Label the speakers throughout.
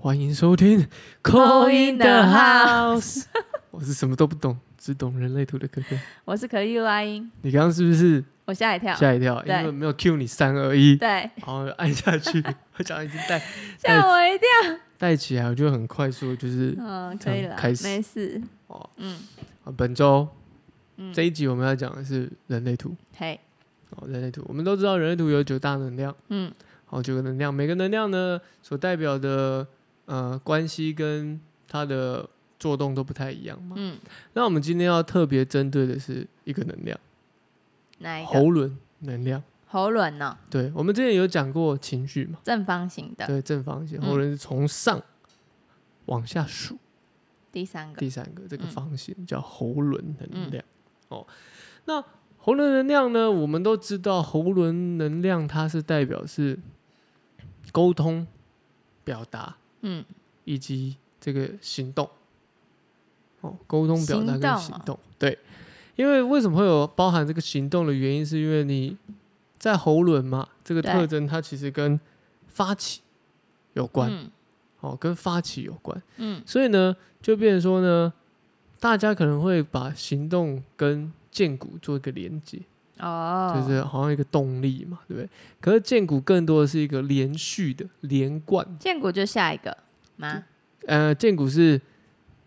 Speaker 1: 欢迎收听《Call in the
Speaker 2: the
Speaker 1: House》。我 是什么都不懂，只懂人类图的哥哥。
Speaker 2: 我是可意拉音，
Speaker 1: 你刚刚是不是
Speaker 2: 我吓一跳。
Speaker 1: 吓一跳？因
Speaker 2: 哦对
Speaker 1: 为没有 cue 你三二一，
Speaker 2: 对，
Speaker 1: 然后按下去，我想已经带
Speaker 2: 吓我一跳。
Speaker 1: 带起来，我就很快速，就是
Speaker 2: 嗯，可以
Speaker 1: 这样
Speaker 2: 了
Speaker 1: 开，始
Speaker 2: 没事。
Speaker 1: 哦，
Speaker 2: 嗯
Speaker 1: 啊本周
Speaker 2: 嗯，
Speaker 1: 这一集我们要讲的是人类图
Speaker 2: 嘿，
Speaker 1: 哦，人类图。我们都知道人类图有九大能量，
Speaker 2: 嗯
Speaker 1: 好、九个能量，每个能量呢所代表的呃关系跟它的作动都不太一样嘛。
Speaker 2: 嗯，
Speaker 1: 那我们今天要特别针对的是一个能量，
Speaker 2: 哪一个？
Speaker 1: 喉轮能量。
Speaker 2: 喉轮呢？
Speaker 1: 对，我们之前有讲过情绪嘛，
Speaker 2: 正方形的
Speaker 1: 对，正方形，
Speaker 2: 嗯
Speaker 1: 喉轮是从上往下数。
Speaker 2: 第三个。
Speaker 1: 第三个这个
Speaker 2: 嗯
Speaker 1: 方形叫喉轮能量。哦，那喉轮能量呢？我们都知道，喉轮能量它是代表是沟通、表达
Speaker 2: 嗯
Speaker 1: 以及这个行动。哦，沟通、表达
Speaker 2: 行动
Speaker 1: 跟
Speaker 2: 哦
Speaker 1: 行动，对。因为为什么会有包含这个行动的原因，是因为你在喉轮嘛，这个
Speaker 2: 对
Speaker 1: 特征它其实跟发起有关、
Speaker 2: 嗯
Speaker 1: 哦，跟发起有关。
Speaker 2: 嗯
Speaker 1: 所以呢，就变成说呢，大家可能会把行动跟剑骨做一个连接，
Speaker 2: 哦，
Speaker 1: 就是好像一个动力嘛，对不对？可是剑骨更多的是一个连续的、连贯。
Speaker 2: 建国就下一个吗？
Speaker 1: 呃，剑骨是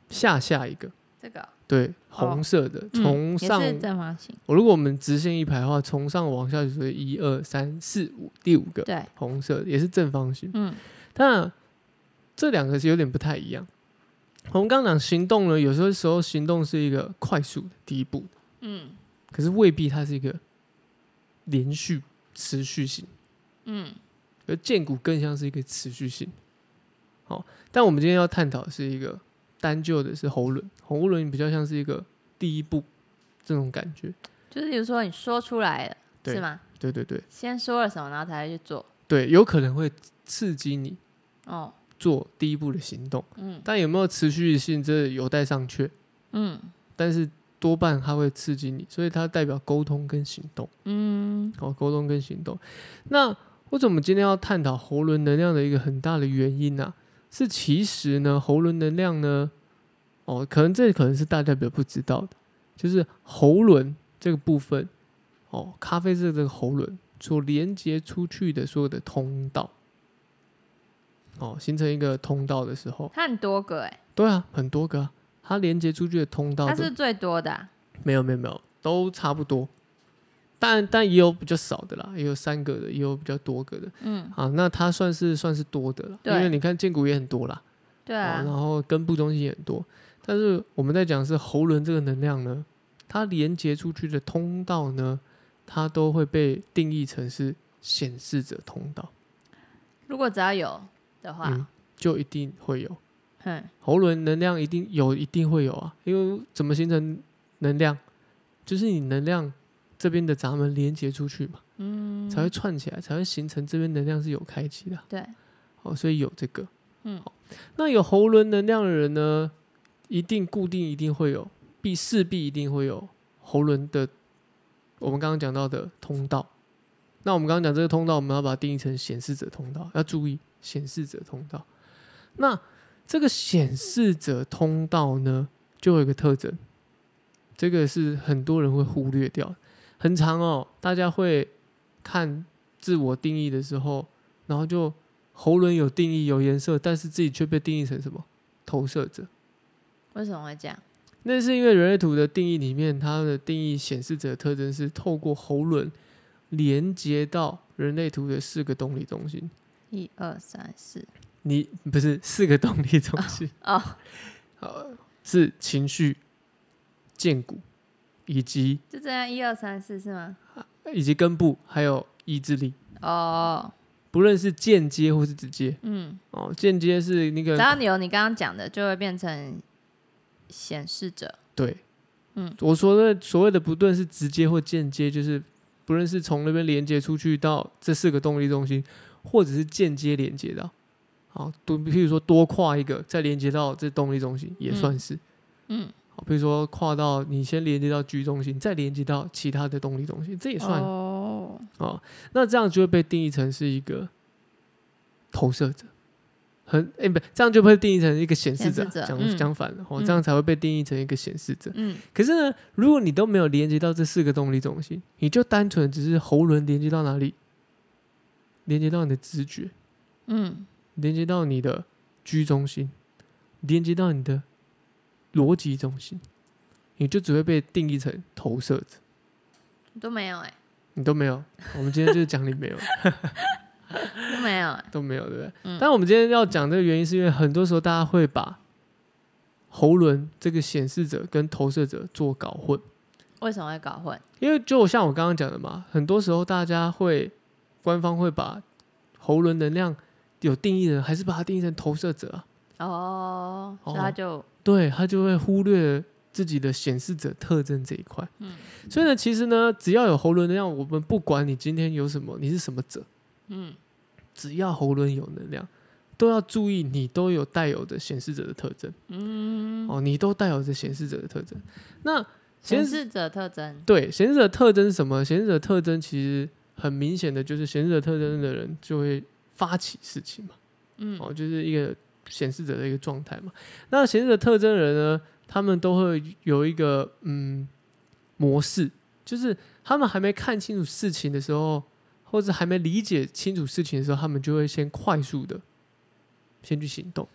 Speaker 1: 下下一个，
Speaker 2: 这个
Speaker 1: 对，红色的，
Speaker 2: 嗯
Speaker 1: 从
Speaker 2: 也
Speaker 1: 上。
Speaker 2: 是正方形。
Speaker 1: 我如果我们直线一排的话，从上往下就是一二三四五，第五个
Speaker 2: 对，
Speaker 1: 红色的也是正方形。
Speaker 2: 嗯
Speaker 1: 但这两个是有点不太一样。我们刚刚讲行动呢，有时候时候行动是一个快速的第一步，
Speaker 2: 嗯
Speaker 1: 可是未必它是一个连续持续性，
Speaker 2: 嗯
Speaker 1: 而建股更像是一个持续性。好，但我们今天要探讨的是一个单就的是喉轮，喉轮比较像是一个第一步这种感觉。
Speaker 2: 就是比如说你说出来了，
Speaker 1: 对
Speaker 2: 是吗？
Speaker 1: 对对对
Speaker 2: 先说了什么，然后才会去做。
Speaker 1: 对，有可能会刺激你
Speaker 2: 哦，
Speaker 1: 做第一步的行动，
Speaker 2: 嗯
Speaker 1: 但有没有持续性，这有待商榷。
Speaker 2: 嗯
Speaker 1: 但是多半它会刺激你，所以它代表沟通跟行动。
Speaker 2: 嗯
Speaker 1: 哦，沟通跟行动。那为什么今天要探讨喉轮能量的一个很大的原因呢、啊是其实呢，喉轮能量呢，哦，可能这可能是大家比较不知道的，就是喉轮这个部分，哦，咖啡色这个喉轮所连接出去的所有的通道，哦，形成一个通道的时候，
Speaker 2: 它很多个哎，
Speaker 1: 对啊，很多个、啊，它连接出去的通道
Speaker 2: 它
Speaker 1: 的
Speaker 2: 是最多的啊。
Speaker 1: 没有没有没有，都差不多。但但也有比较少的啦，也有三个的，也有比较多个的
Speaker 2: 嗯，
Speaker 1: 啊。那它算是算是多的了，因
Speaker 2: 对
Speaker 1: 为你看剑骨也很多啦，
Speaker 2: 对
Speaker 1: 哦
Speaker 2: 啊
Speaker 1: 然。后根部中心也很多。但是我们在讲是喉轮这个能量呢，它连接出去的通道呢，它都会被定义成是显示者通道，
Speaker 2: 如果只要有的话，
Speaker 1: 嗯，就一定会有
Speaker 2: 嗯
Speaker 1: 喉轮能量，一定有，一定会有啊。因为怎么形成能量，就是你能量这边的闸门连接出去嘛。
Speaker 2: 嗯，
Speaker 1: 才会串起来，才会形成这边能量是有开启的啊、
Speaker 2: 对，
Speaker 1: 哦，所以有这个，
Speaker 2: 嗯
Speaker 1: 好，那有喉轮能量的人呢，一定固定一定会有，必势必一定会有喉轮的，我们刚刚讲到的通道。那我们刚刚讲这个通道，我们要把它定义成显示者通道，要注意显示者通道。那这个显示者通道呢，就有一个特征，这个是很多人会忽略掉的，很长哦，大家会看自我定义的时候，然后就喉轮有定义有颜色，但是自己却被定义成什么投射者？
Speaker 2: 为什么会这样？
Speaker 1: 那是因为人类图的定义里面，它的定义显示者的特征是透过喉轮连接到人类图的四个动力中心。
Speaker 2: 一二三四，
Speaker 1: 你不是四个动力中心，
Speaker 2: 哦，
Speaker 1: 呃，是情绪、剑骨以及
Speaker 2: 就这样一二三四是吗？
Speaker 1: 以及根部，还有意志力。
Speaker 2: 哦，
Speaker 1: 不论是间接或是直接
Speaker 2: 嗯，
Speaker 1: 哦，间接是那个
Speaker 2: 只要你有你刚刚讲的，就会变成显示者。
Speaker 1: 对，
Speaker 2: 嗯，
Speaker 1: 我说的所谓的不论是直接或间接，就是不论是从那边连接出去到这四个动力中心，或者是间接连接到，好多，譬如说多跨一个再连接到这动力中心也算是，
Speaker 2: 嗯，
Speaker 1: 好，比如说跨到你先连接到 G 中心，再连接到其他的动力中心，这也算
Speaker 2: 哦，
Speaker 1: 哦，那这样就会被定义成是一个投射者。很哎不，这样就被定义成一个显示者啊，
Speaker 2: 显示者
Speaker 1: 讲
Speaker 2: 嗯
Speaker 1: 讲反了哦，
Speaker 2: 嗯
Speaker 1: 这样才会被定义成一个显示者。
Speaker 2: 嗯
Speaker 1: 可是呢，如果你都没有连接到这四个动力中心，你就单纯只是喉轮连接到哪里，连接到你的直觉，
Speaker 2: 嗯
Speaker 1: 连接到你的居中心，连接到你的逻辑中心，你就只会被定义成投射者。
Speaker 2: 都没有哎、
Speaker 1: 你都没有，我们今天就是讲你没有
Speaker 2: 都没有哎、
Speaker 1: 都没有，对不对？
Speaker 2: 嗯
Speaker 1: 但我们今天要讲这个原因，是因为很多时候大家会把喉轮这个显示者跟投射者做搞混。
Speaker 2: 为什么会搞混？
Speaker 1: 因为就像我刚刚讲的嘛，很多时候大家会官方会把喉轮能量有定义的，还是把它定义成投射者啊？
Speaker 2: 哦，所以他就
Speaker 1: 对他就会忽略自己的显示者特征这一块。
Speaker 2: 嗯
Speaker 1: 所以呢，其实呢，只要有喉轮能量，我们不管你今天有什么，你是什么者，
Speaker 2: 嗯
Speaker 1: 只要喉轮有能量，都要注意你都有带有的显示者的特征
Speaker 2: 嗯，
Speaker 1: 哦，你都带有着显示者的特征。那
Speaker 2: 显
Speaker 1: 显示
Speaker 2: 示者特征，
Speaker 1: 对，显示者特征是什么？显示者特征其实很明显的就是显示者特征的人就会发起事情嘛，
Speaker 2: 嗯
Speaker 1: 哦，就是一个显示者的一个状态嘛。那显示者特征的人呢，他们都会有一个嗯模式，就是他们还没看清楚事情的时候，或者还没理解清楚事情的时候，他们就会先快速的先去行动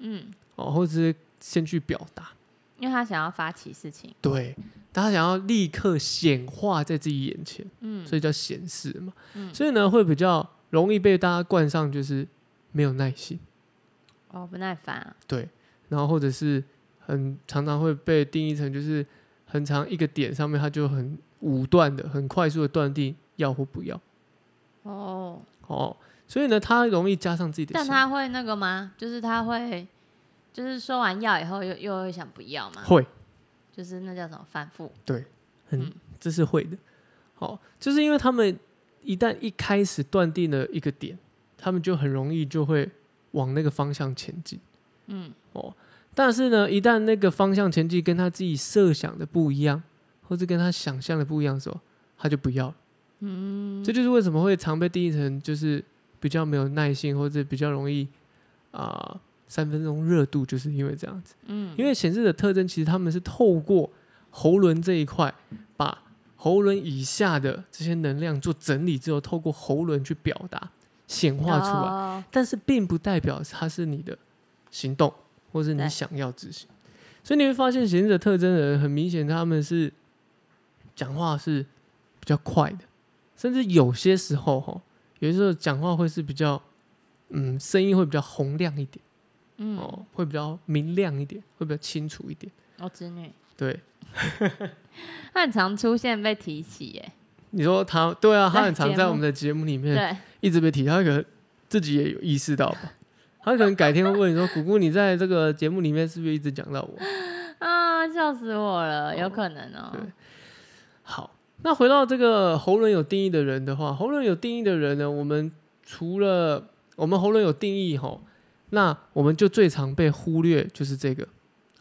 Speaker 2: 嗯，
Speaker 1: 哦，或者是先去表达。
Speaker 2: 因为他想要发起事情，
Speaker 1: 对，他想要立刻显化在自己眼前。
Speaker 2: 嗯
Speaker 1: 所以叫显示嘛。
Speaker 2: 嗯
Speaker 1: 所以呢，会比较容易被大家冠上就是没有耐心，
Speaker 2: 哦不耐烦啊，
Speaker 1: 对，然后或者是很常常会被定义成就是很长一个点上面，他就很武断的、很快速的断定要或不要
Speaker 2: 哦，
Speaker 1: 哦。所以呢，他容易加上自己的
Speaker 2: 但
Speaker 1: 想，
Speaker 2: 他会那个吗？就是他会，就是说完要以后又又会想不要嘛，
Speaker 1: 会，
Speaker 2: 就是那叫什么反复，
Speaker 1: 很
Speaker 2: 嗯
Speaker 1: 这是会的。哦，就是因为他们一旦一开始断定了一个点，他们就很容易就会往那个方向前进。
Speaker 2: 嗯
Speaker 1: 哦，但是呢，一旦那个方向前进跟他自己设想的不一样，或是跟他想象的不一样的时候，他就不要了。
Speaker 2: 嗯，
Speaker 1: 这就是为什么会常被定义成就是比较没有耐心，或者比较容易啊、三分钟热度，就是因为这样子。
Speaker 2: 嗯
Speaker 1: 因为显示的特征其实他们是透过喉轮这一块，把喉轮以下的这些能量做整理之后，透过喉轮去表达显化出来。
Speaker 2: 来，
Speaker 1: 但是并不代表它是你的行动，或是你
Speaker 2: 对
Speaker 1: 想要执行。所以你会发现，显示者特征的人很明显，他们是讲话是比较快的，甚至有些时候哈，有些时候讲话会是比较，嗯，声音会比较洪亮一点，
Speaker 2: 嗯
Speaker 1: 哦，会比较明亮一点，会比较清楚一点。
Speaker 2: 我侄哦女，
Speaker 1: 对，
Speaker 2: 她很常出现被提起耶，
Speaker 1: 你说他，对啊，他
Speaker 2: 在
Speaker 1: 很常
Speaker 2: 节
Speaker 1: 在
Speaker 2: 目
Speaker 1: 我们的节目里面
Speaker 2: 对，
Speaker 1: 一直被提，他可能自己也有意识到吧。他可能改天会问你说：“姑姑，你在这个节目里面是不是一直讲到我
Speaker 2: 啊，笑死我了，有
Speaker 1: 哦
Speaker 2: 可能哦，
Speaker 1: 对？”好，那回到这个喉轮有定义的人的话，喉轮有定义的人呢，我们除了我们喉轮有定义吼，那我们就最常被忽略就是这个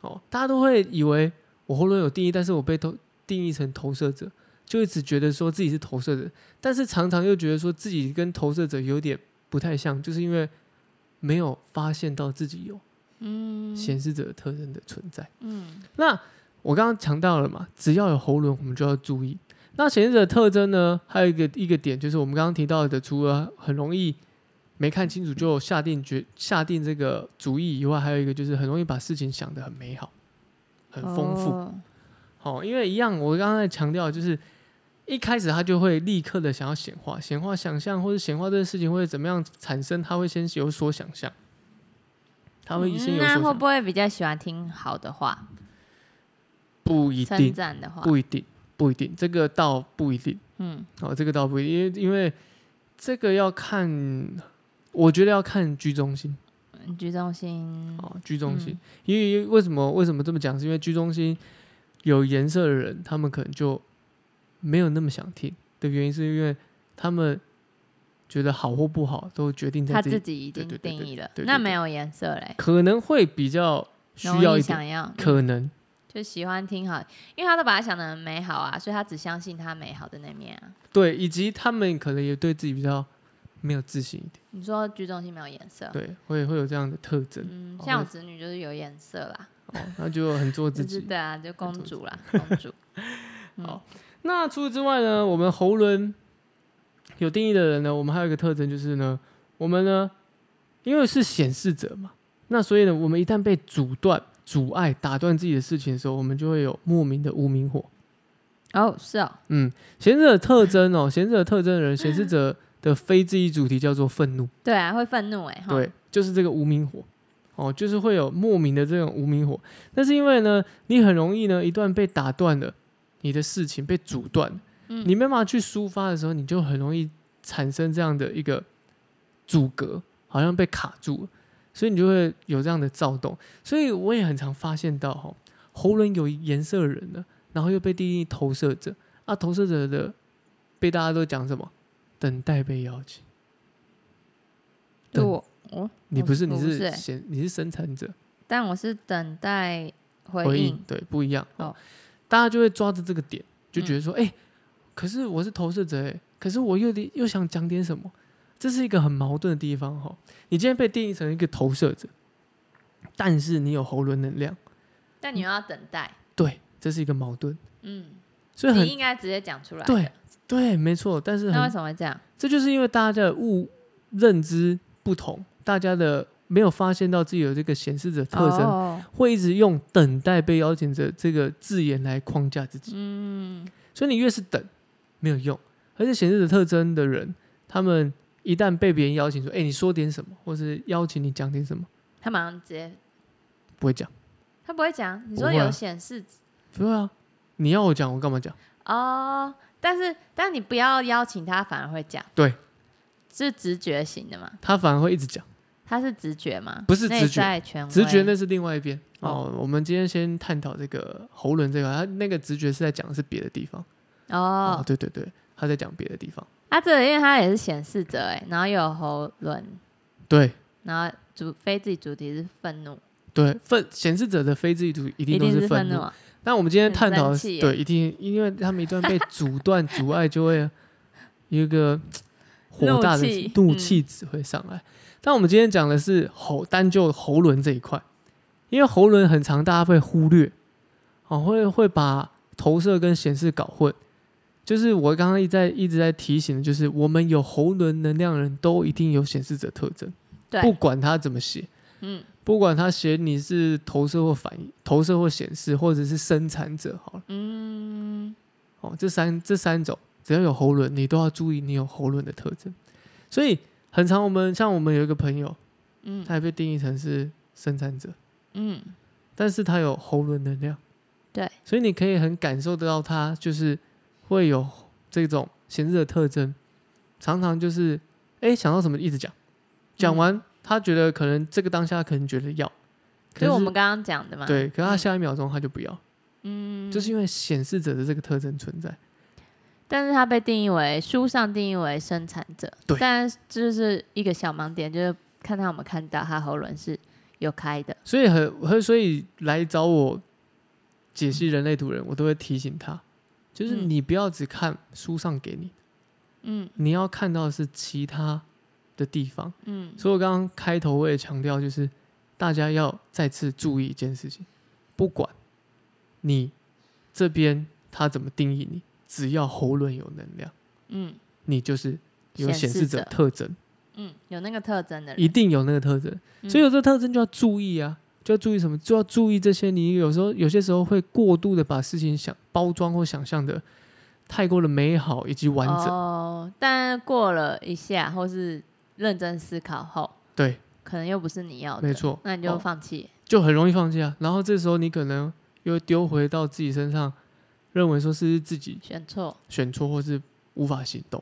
Speaker 1: 哦，大家都会以为我喉轮有定义，但是我被投定义成投射者，就一直觉得说自己是投射者，但是常常又觉得说自己跟投射者有点不太像，就是因为没有发现到自己有
Speaker 2: 嗯
Speaker 1: 显示者的特征的存在。
Speaker 2: 嗯
Speaker 1: 那我刚刚强调了嘛，只要有喉轮，我们就要注意。那显示者的特征呢，还有一个一个点就是我们刚刚提到的，除了很容易没看清楚就下定决下定这个主意以外，还有一个就是很容易把事情想得很美好、很丰富。
Speaker 2: 哦
Speaker 1: 哦，因为一样，我刚才强调就是一开始他就会立刻的想要显化、显化想象或者显化这件事情会怎么样产生，他会先有所想象，他会先
Speaker 2: 嗯
Speaker 1: 有所
Speaker 2: 那
Speaker 1: 想
Speaker 2: 会
Speaker 1: 象，
Speaker 2: 不会比较喜欢听好的话，
Speaker 1: 不一
Speaker 2: 称
Speaker 1: 定，
Speaker 2: 赞的话？
Speaker 1: 不一定，不一定，这个倒不一定。
Speaker 2: 嗯
Speaker 1: 哦，这个倒不一定，因为因为这个要看，我觉得要看居中心
Speaker 2: 嗯，居中心，
Speaker 1: 哦，居中心。因为为什么为什么这么讲？是因为居中心有颜色的人，他们可能就没有那么想听的原因，是因为他们觉得好或不好都决定在
Speaker 2: 他
Speaker 1: 自
Speaker 2: 自
Speaker 1: 己，
Speaker 2: 己已
Speaker 1: 对
Speaker 2: 经
Speaker 1: 对对
Speaker 2: 定义了，
Speaker 1: 对对
Speaker 2: 那
Speaker 1: 对
Speaker 2: 没有颜色嘞，
Speaker 1: 可能会比较需要
Speaker 2: 容易
Speaker 1: 一点，
Speaker 2: 想要，嗯
Speaker 1: 可能
Speaker 2: 就喜欢听好，因为他都把它想的很美好啊，所以他只相信他美好的那面啊。
Speaker 1: 对，以及他们可能也对自己比较没有自信一点，
Speaker 2: 你说居中心没有颜色，
Speaker 1: 对，哦会会有这样的特征
Speaker 2: 嗯，
Speaker 1: 好
Speaker 2: 像
Speaker 1: 我
Speaker 2: 我侄女就是有颜色啦，
Speaker 1: 哦，那就很做自
Speaker 2: 就是
Speaker 1: 己。
Speaker 2: 对啊，就公主啦，公 主。嗯
Speaker 1: 好那除此之外呢，我们喉轮有定义的人呢，我们还有一个特征就是呢，我们呢因为是显示者嘛，那所以呢，我们一旦被阻断、阻碍、打断自己的事情的时候，我们就会有莫名的无名火。
Speaker 2: 哦，是哦，
Speaker 1: 嗯，显示者的特征哦，显示者的特征的人，显示者的非自己主题叫做愤怒。
Speaker 2: 对啊，会愤怒哎，哈，
Speaker 1: 对，就是这个无名火，哦，就是会有莫名的这种无名火。但是因为呢，你很容易呢，一段被打断了，你的事情被阻断了，
Speaker 2: 嗯
Speaker 1: 你没办法去抒发的时候，你就很容易产生这样的一个阻隔，好像被卡住了，所以你就会有这样的躁动。所以我也很常发现到哈、喉轮有颜色的人呢，然后又被定义投射者啊，投射者的被大家都讲什么？等待被邀请。
Speaker 2: 对
Speaker 1: 等
Speaker 2: 我，我
Speaker 1: 你
Speaker 2: 我
Speaker 1: 不是，你
Speaker 2: 我不是
Speaker 1: 是
Speaker 2: 欸
Speaker 1: 显，你是生产者，
Speaker 2: 但我是等待
Speaker 1: 回
Speaker 2: 回
Speaker 1: 应
Speaker 2: 应，
Speaker 1: 对不一样哦
Speaker 2: 哦。嗯
Speaker 1: 大家就会抓着这个点，就觉得说，哎、可是我是投射者，哎，可是我又得又想讲点什么，这是一个很矛盾的地方哈、哦。你今天被定义成一个投射者，但是你有喉轮能量，
Speaker 2: 但你又要等待，
Speaker 1: 对，这是一个矛盾，
Speaker 2: 嗯，
Speaker 1: 所以
Speaker 2: 你
Speaker 1: 很
Speaker 2: 应该直接讲出来，
Speaker 1: 对，对，没错，但是
Speaker 2: 那为
Speaker 1: 很，
Speaker 2: 什么会这样？
Speaker 1: 这就是因为大家的误认知不同，大家的没有发现到自己有这个显示者特征
Speaker 2: 哦，
Speaker 1: 会一直用“等待被邀请者”这个字眼来框架自己，
Speaker 2: 嗯，
Speaker 1: 所以你越是等，没有用。而且显示者特征的人，他们一旦被别人邀请说：“哎、你说点什么？”或是邀请你讲点什么，
Speaker 2: 他马上直接，
Speaker 1: 不会讲，
Speaker 2: 他不会讲，你
Speaker 1: 不
Speaker 2: 说
Speaker 1: 会啊
Speaker 2: 有显示
Speaker 1: 不会啊。你要我讲，我干嘛讲？
Speaker 2: 哦，但是但你不要邀请他，反而会讲，
Speaker 1: 对，
Speaker 2: 是直觉型的嘛？
Speaker 1: 他反而会一直讲。
Speaker 2: 他是直觉吗？
Speaker 1: 不是
Speaker 2: 内
Speaker 1: 直觉
Speaker 2: 在权威，
Speaker 1: 直觉那是另外一边哦。我们今天先探讨这个喉轮这个，他那个直觉是在讲的是别的地方
Speaker 2: 哦
Speaker 1: 哦。，对对对，他在讲别的地方。
Speaker 2: 啊，这个因为它也是显示者哎，然后又有喉轮，
Speaker 1: 对
Speaker 2: 然后主非自己主题是愤怒，
Speaker 1: 对，愤显示者的非自己主义一
Speaker 2: 一
Speaker 1: 定都
Speaker 2: 是
Speaker 1: 愤
Speaker 2: 怒
Speaker 1: 怒。
Speaker 2: 啊，
Speaker 1: 但我们今天
Speaker 2: 很
Speaker 1: 探讨的
Speaker 2: 生
Speaker 1: 是
Speaker 2: 气耶
Speaker 1: 对，一定因为他们一段被阻断、阻碍，就会有一个 火
Speaker 2: 怒
Speaker 1: 大的
Speaker 2: 气
Speaker 1: 怒
Speaker 2: 嗯
Speaker 1: 气只会上来。但我们今天讲的是喉单就喉轮这一块，因为喉轮很长，大家会忽略，哦，会会把投射跟显示搞混。就是我刚刚一直在一直在提醒的，就是我们有喉轮能量的人都一定有显示者特征，不
Speaker 2: 对，
Speaker 1: 管他怎么写，
Speaker 2: 嗯，
Speaker 1: 不管他写你是投射或反应、投射或显示，或者是生产者，好了，
Speaker 2: 嗯，
Speaker 1: 哦，这三这三种，只要有喉轮，你都要注意你有喉轮的特征。所以很常我们像我们有一个朋友，
Speaker 2: 嗯
Speaker 1: 他也被定义成是生产者，
Speaker 2: 嗯，
Speaker 1: 但是他有喉轮能量，
Speaker 2: 对，
Speaker 1: 所以你可以很感受得到他就是会有这种显示的特征，常常就是哎、诶想到什么一直讲，
Speaker 2: 嗯
Speaker 1: 讲完、他觉得可能这个当下可能觉得要，可
Speaker 2: 就是我们刚刚讲的嘛，
Speaker 1: 对，可是他
Speaker 2: 嗯
Speaker 1: 下一秒钟他就不要，
Speaker 2: 嗯，
Speaker 1: 就是因为显示者的这个特征存在。
Speaker 2: 但是它被定义为书上定义为生产者，
Speaker 1: 对
Speaker 2: 但就是一个小盲点，就是看他有没有看到他喉轮是有开的，
Speaker 1: 所以很很所以来找我解析人类图的人，我都会提醒他，就是
Speaker 2: 嗯
Speaker 1: 你不要只看书上给你，
Speaker 2: 嗯
Speaker 1: 你要看到的是其他的地方。
Speaker 2: 嗯，
Speaker 1: 所以我刚刚开头我也强调，就是大家要再次注意一件事情，不管你这边他怎么定义你，只要喉轮有能量，
Speaker 2: 嗯
Speaker 1: 你就是有
Speaker 2: 显
Speaker 1: 显
Speaker 2: 示
Speaker 1: 示者
Speaker 2: 者
Speaker 1: 特征。
Speaker 2: 嗯，有那个特征的
Speaker 1: 一
Speaker 2: 人，
Speaker 1: 定有那个特征，
Speaker 2: 嗯
Speaker 1: 所以有这个特征就要注意啊，就要注意什么？就要注意这些。你有时候有些时候会过度的把事情想包装或想象的太过的美好以及完整，
Speaker 2: 哦，但过了一下或是认真思考后，
Speaker 1: 对，
Speaker 2: 可能又不是你要的，
Speaker 1: 没错
Speaker 2: 那你就
Speaker 1: 哦
Speaker 2: 放弃，
Speaker 1: 就很容易放弃啊。然后这时候你可能又丢回到自己身上，认为说是自己
Speaker 2: 选错，
Speaker 1: 选错或是无法行动，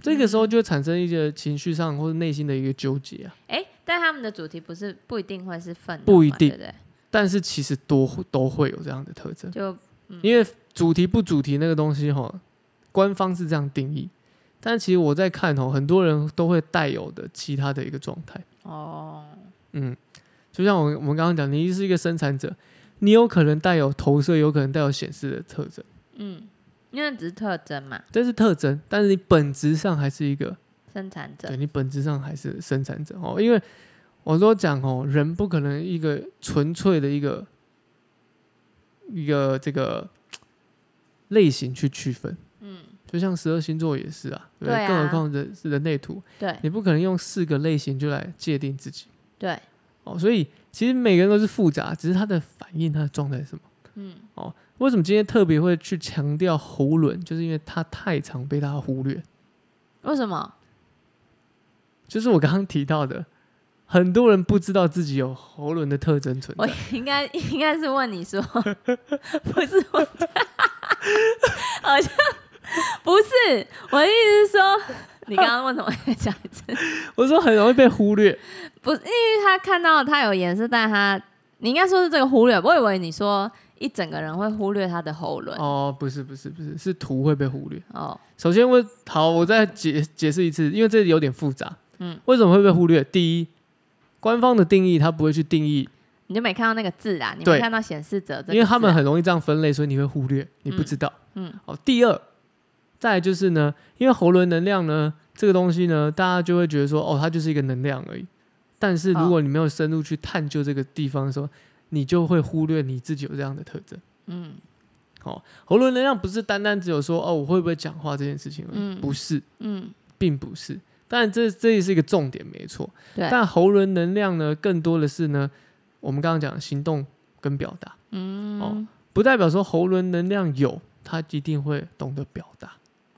Speaker 1: 这个时候就会产生一些情绪上或者内心的一个纠结啊。
Speaker 2: 哎、但他们的主题不是不一定会是愤怒嘛，
Speaker 1: 不一定
Speaker 2: 对不对？
Speaker 1: 但是其实多都会有这样的特征。
Speaker 2: 就
Speaker 1: 因为主题不主题那个东西哈，官方是这样定义，但其实我在看哦，很多人都会带有的其他的一个状态，
Speaker 2: 哦，
Speaker 1: 嗯，就像我我们刚刚讲，你是一个生产者，你有可能带有投射，有可能带有显示的特征，
Speaker 2: 嗯，因为只是特征嘛，
Speaker 1: 这是特征，但是你本质上还是一个
Speaker 2: 生产者
Speaker 1: 对，你本质上还是生产者哦。因为我都讲哦，人不可能一个纯粹的一个一个这个类型去区分，
Speaker 2: 嗯，
Speaker 1: 就像十二星座也是啊，对不
Speaker 2: 对啊
Speaker 1: 更何况人人类图，
Speaker 2: 对
Speaker 1: 你不可能用四个类型就来界定自己
Speaker 2: 对，
Speaker 1: 哦。所以其实每个人都是复杂，只是他的反应、他的状态是什么。哦
Speaker 2: 嗯
Speaker 1: 为什么今天特别会去强调喉轮，就是因为它太常被大家忽略。
Speaker 2: 为什么？
Speaker 1: 就是我刚刚提到的，很多人不知道自己有喉轮的特征存
Speaker 2: 我
Speaker 1: 在。
Speaker 2: 应该 应该是问你说， 不是我， 好像不是我的意思是说，你刚刚问什么？再讲一次，
Speaker 1: 我说很容易被忽略，
Speaker 2: 不是因为他看到他有颜色，但他你应该说是这个忽略。我以为你说一整个人会忽略他的喉轮哦
Speaker 1: 哦，不是不是不是，是图会被忽略。首先我好，我再解解释一次，因为这有点复杂。
Speaker 2: 嗯，
Speaker 1: 为什么会被忽略？第一，官方的定义它不会去定义，
Speaker 2: 你就没看到那个字啊啦，你
Speaker 1: 对
Speaker 2: 没看到显示者这个字啊，
Speaker 1: 因为他们很容易这样分类，所以你会忽略，你不知道。
Speaker 2: 嗯嗯
Speaker 1: 哦，第二，再来就是呢，因为喉轮能量呢这个东西呢，大家就会觉得说，哦，它就是一个能量而已。但
Speaker 2: 哦
Speaker 1: 是如果你没有深入去探究这个地方的时候，你就会忽略你自己有这样的特征。
Speaker 2: 嗯
Speaker 1: 哦，喉轮能量不是单单只有说哦，我会不会讲话这件事情而已，
Speaker 2: 嗯
Speaker 1: 不是，
Speaker 2: 嗯
Speaker 1: 并不是。但这这也是一个重点，没错。
Speaker 2: 对
Speaker 1: 但喉轮能量呢，更多的是呢，我们刚刚讲的行动跟表达。
Speaker 2: 嗯
Speaker 1: 哦不代表说喉轮能量有，他一定会懂得表达，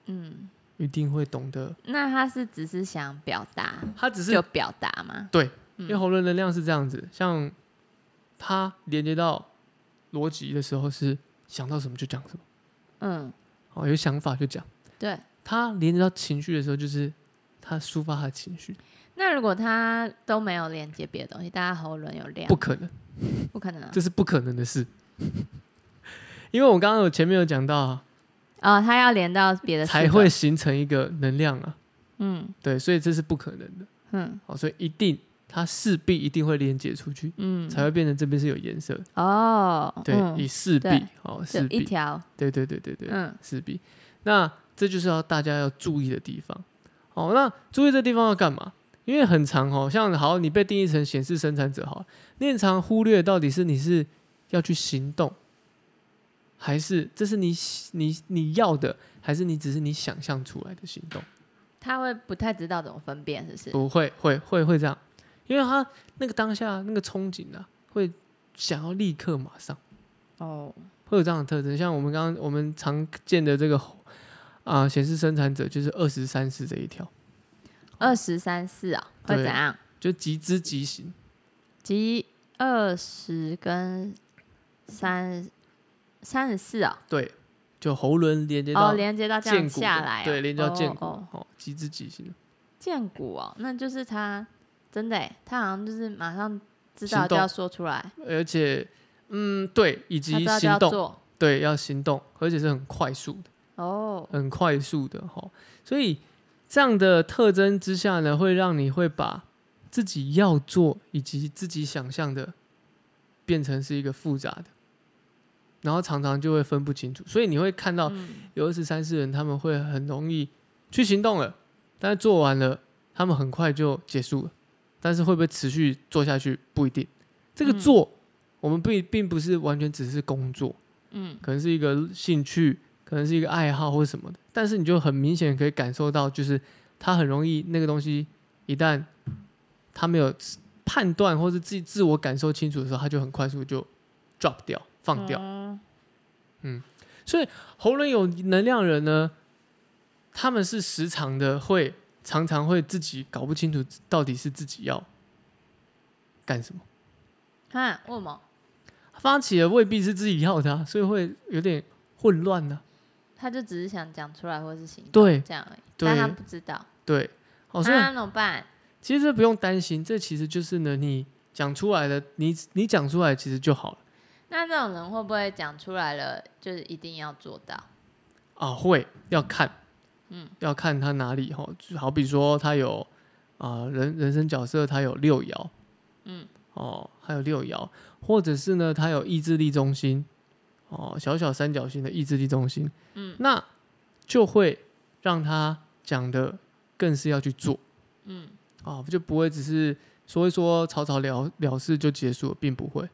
Speaker 2: 嗯，
Speaker 1: 一定会懂得。
Speaker 2: 那他是只是想表达
Speaker 1: 他只是
Speaker 2: 就表达吗？
Speaker 1: 因为喉轮能量是这样子，像他连接到逻辑的时候是想到什么就讲什么，
Speaker 2: 嗯，
Speaker 1: 哦，有想法就讲。
Speaker 2: 对。
Speaker 1: 他连接到情绪的时候，就是他抒发他的情绪，
Speaker 2: 那如果他都没有连接别的东西，大家喉轮有量，
Speaker 1: 不可能，
Speaker 2: 不可能啊
Speaker 1: 这是不可能的事。 因为我刚刚有前面有讲到啊，
Speaker 2: 哦，他要连到别的四
Speaker 1: 才
Speaker 2: 个
Speaker 1: 会形成一个能量啊，
Speaker 2: 嗯
Speaker 1: 对，所以这是不可能的。
Speaker 2: 嗯
Speaker 1: 哦，所以一定它势必一定会连接出去，
Speaker 2: 嗯
Speaker 1: 才会变成这边是有颜色的。
Speaker 2: 哦，
Speaker 1: 对，
Speaker 2: 嗯
Speaker 1: 以势必
Speaker 2: 对
Speaker 1: 哦，
Speaker 2: 就
Speaker 1: 势
Speaker 2: 一
Speaker 1: 必，
Speaker 2: 条，
Speaker 1: 对对对对对，
Speaker 2: 嗯
Speaker 1: 势必。那这就是要大家要注意的地方。哦，那注意这地方要干嘛？因为很长哦，像好，你被定义成显示生产者好了，你很常忽略到底是你是要去行动，还是这是你喜你你要的，还是你只是你想象出来的行动？
Speaker 2: 他会不太知道怎么分辨，是不是？
Speaker 1: 不会，会会会这样，因为他那个当下那个憧憬啊，会想要立刻马上。
Speaker 2: 哦，
Speaker 1: 会有这样的特征。像我们刚刚我们常见的这个啊、显示生产者就是二十三四这一条，
Speaker 2: 二十三四啊，会
Speaker 1: 对
Speaker 2: 怎样？
Speaker 1: 就即知即行。
Speaker 2: 即二十跟三三十四啊，
Speaker 1: 对，就喉轮连接到
Speaker 2: 哦，连接到这
Speaker 1: 剑
Speaker 2: 样
Speaker 1: 骨的、
Speaker 2: 下来啊，
Speaker 1: 对，连接到剑骨，
Speaker 2: 哦
Speaker 1: 哦，即知即行，
Speaker 2: 剑骨哦，那就是他真的欸，他好像就是马上知
Speaker 1: 行
Speaker 2: 道就
Speaker 1: 动
Speaker 2: 要说出来，
Speaker 1: 而且嗯，对，以
Speaker 2: 他
Speaker 1: 及
Speaker 2: 知道就
Speaker 1: 行
Speaker 2: 要
Speaker 1: 动，
Speaker 2: 做
Speaker 1: 对，要行动，而且是很快速的。
Speaker 2: 哦，
Speaker 1: 很快速的哈、所以这样的特征之下呢，会让你会把自己要做以及自己想象的变成是一个复杂的，然后常常就会分不清楚，所以你会看到
Speaker 2: 嗯
Speaker 1: 有二十三四人他们会很容易去行动了，但是做完了，他们很快就结束了，但是会不会持续做下去不一定。这个
Speaker 2: 嗯
Speaker 1: 做，我们并并不是完全只是工作，
Speaker 2: 嗯
Speaker 1: 可能是一个兴趣，可能是一个爱好或什么的，但是你就很明显可以感受到，就是他很容易那个东西，一旦他没有判断或是自己自我感受清楚的时候，他就很快速就 drop 掉放掉。
Speaker 2: 哦
Speaker 1: 喉咙有能量人呢，他们是时常的会常常会自己搞不清楚到底是自己要干什么，
Speaker 2: 哈，为什么？
Speaker 1: 发起的未必是自己要的、啊，所以会有点混乱呢、
Speaker 2: 他就只是想讲出来或是行动
Speaker 1: 对
Speaker 2: 这样而已，
Speaker 1: 对
Speaker 2: 但他不知道，啊
Speaker 1: 对，哦，所以
Speaker 2: 那怎么办？
Speaker 1: 其实这不用担心，这其实就是呢，你讲出来的，你你讲出来其实就好了
Speaker 2: 那这种人会不会讲出来了，就是一定要做到？
Speaker 1: 啊。会要看，
Speaker 2: 嗯，
Speaker 1: 要看他哪里哈，就好比说他有啊、人人生角色，他有六爻，
Speaker 2: 嗯，
Speaker 1: 哦，还有六爻，或者是呢，他有意志力中心，哦，小小三角形的意志力中心，
Speaker 2: 嗯，
Speaker 1: 那就会让他讲的更是要去做
Speaker 2: 嗯，
Speaker 1: 啊，就不会只是说一说草草了了事就结束了，并不会。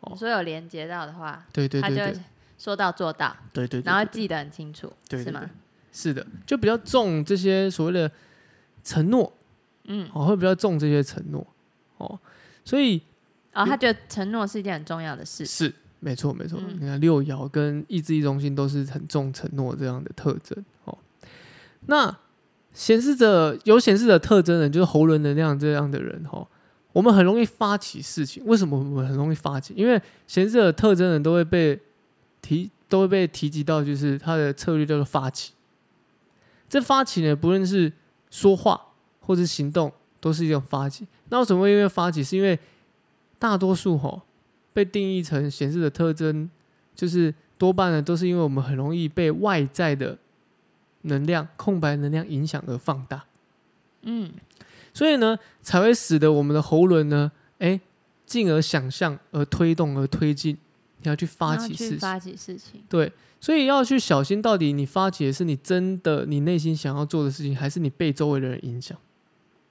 Speaker 1: 哦
Speaker 2: 所以有连接到的话，
Speaker 1: 对对
Speaker 2: 他
Speaker 1: 对
Speaker 2: 就
Speaker 1: 对
Speaker 2: 会说到做到，
Speaker 1: 对对对，
Speaker 2: 然后记得很清楚，
Speaker 1: 对
Speaker 2: 是
Speaker 1: 对
Speaker 2: 吗
Speaker 1: 对？是的，就比较重这些所谓的承诺，
Speaker 2: 嗯，
Speaker 1: 哦，会比较重这些承诺，哦，所以
Speaker 2: 哦，他觉得承诺是一件很重要的事，
Speaker 1: 是没错没错，
Speaker 2: 嗯
Speaker 1: 你看六爻跟意志力中心都是很重承诺这样的特征哦。那显示者有显示者特征的，就是喉轮能量这样的人哦，我们很容易发起事情。为什么我们很容易发起？因为显示者特征的人都会被提都会被提及到，就是他的策略叫做发起。这发起呢，不论是说话或是行动，都是一种发起。那为什么会因为发起？是因为大多数吼、被定义成显示的特征，就是多半呢都是因为我们很容易被外在的能量、空白能量影响而放大，
Speaker 2: 嗯，
Speaker 1: 所以呢才会使得我们的喉轮呢，哎，进而想象而推动而推进，你要去发
Speaker 2: 然后
Speaker 1: 起
Speaker 2: 去
Speaker 1: 事情。
Speaker 2: 发起事情，
Speaker 1: 对，所以要去小心，到底你发起的是你真的你内心想要做的事情，还是你被周围的人影响？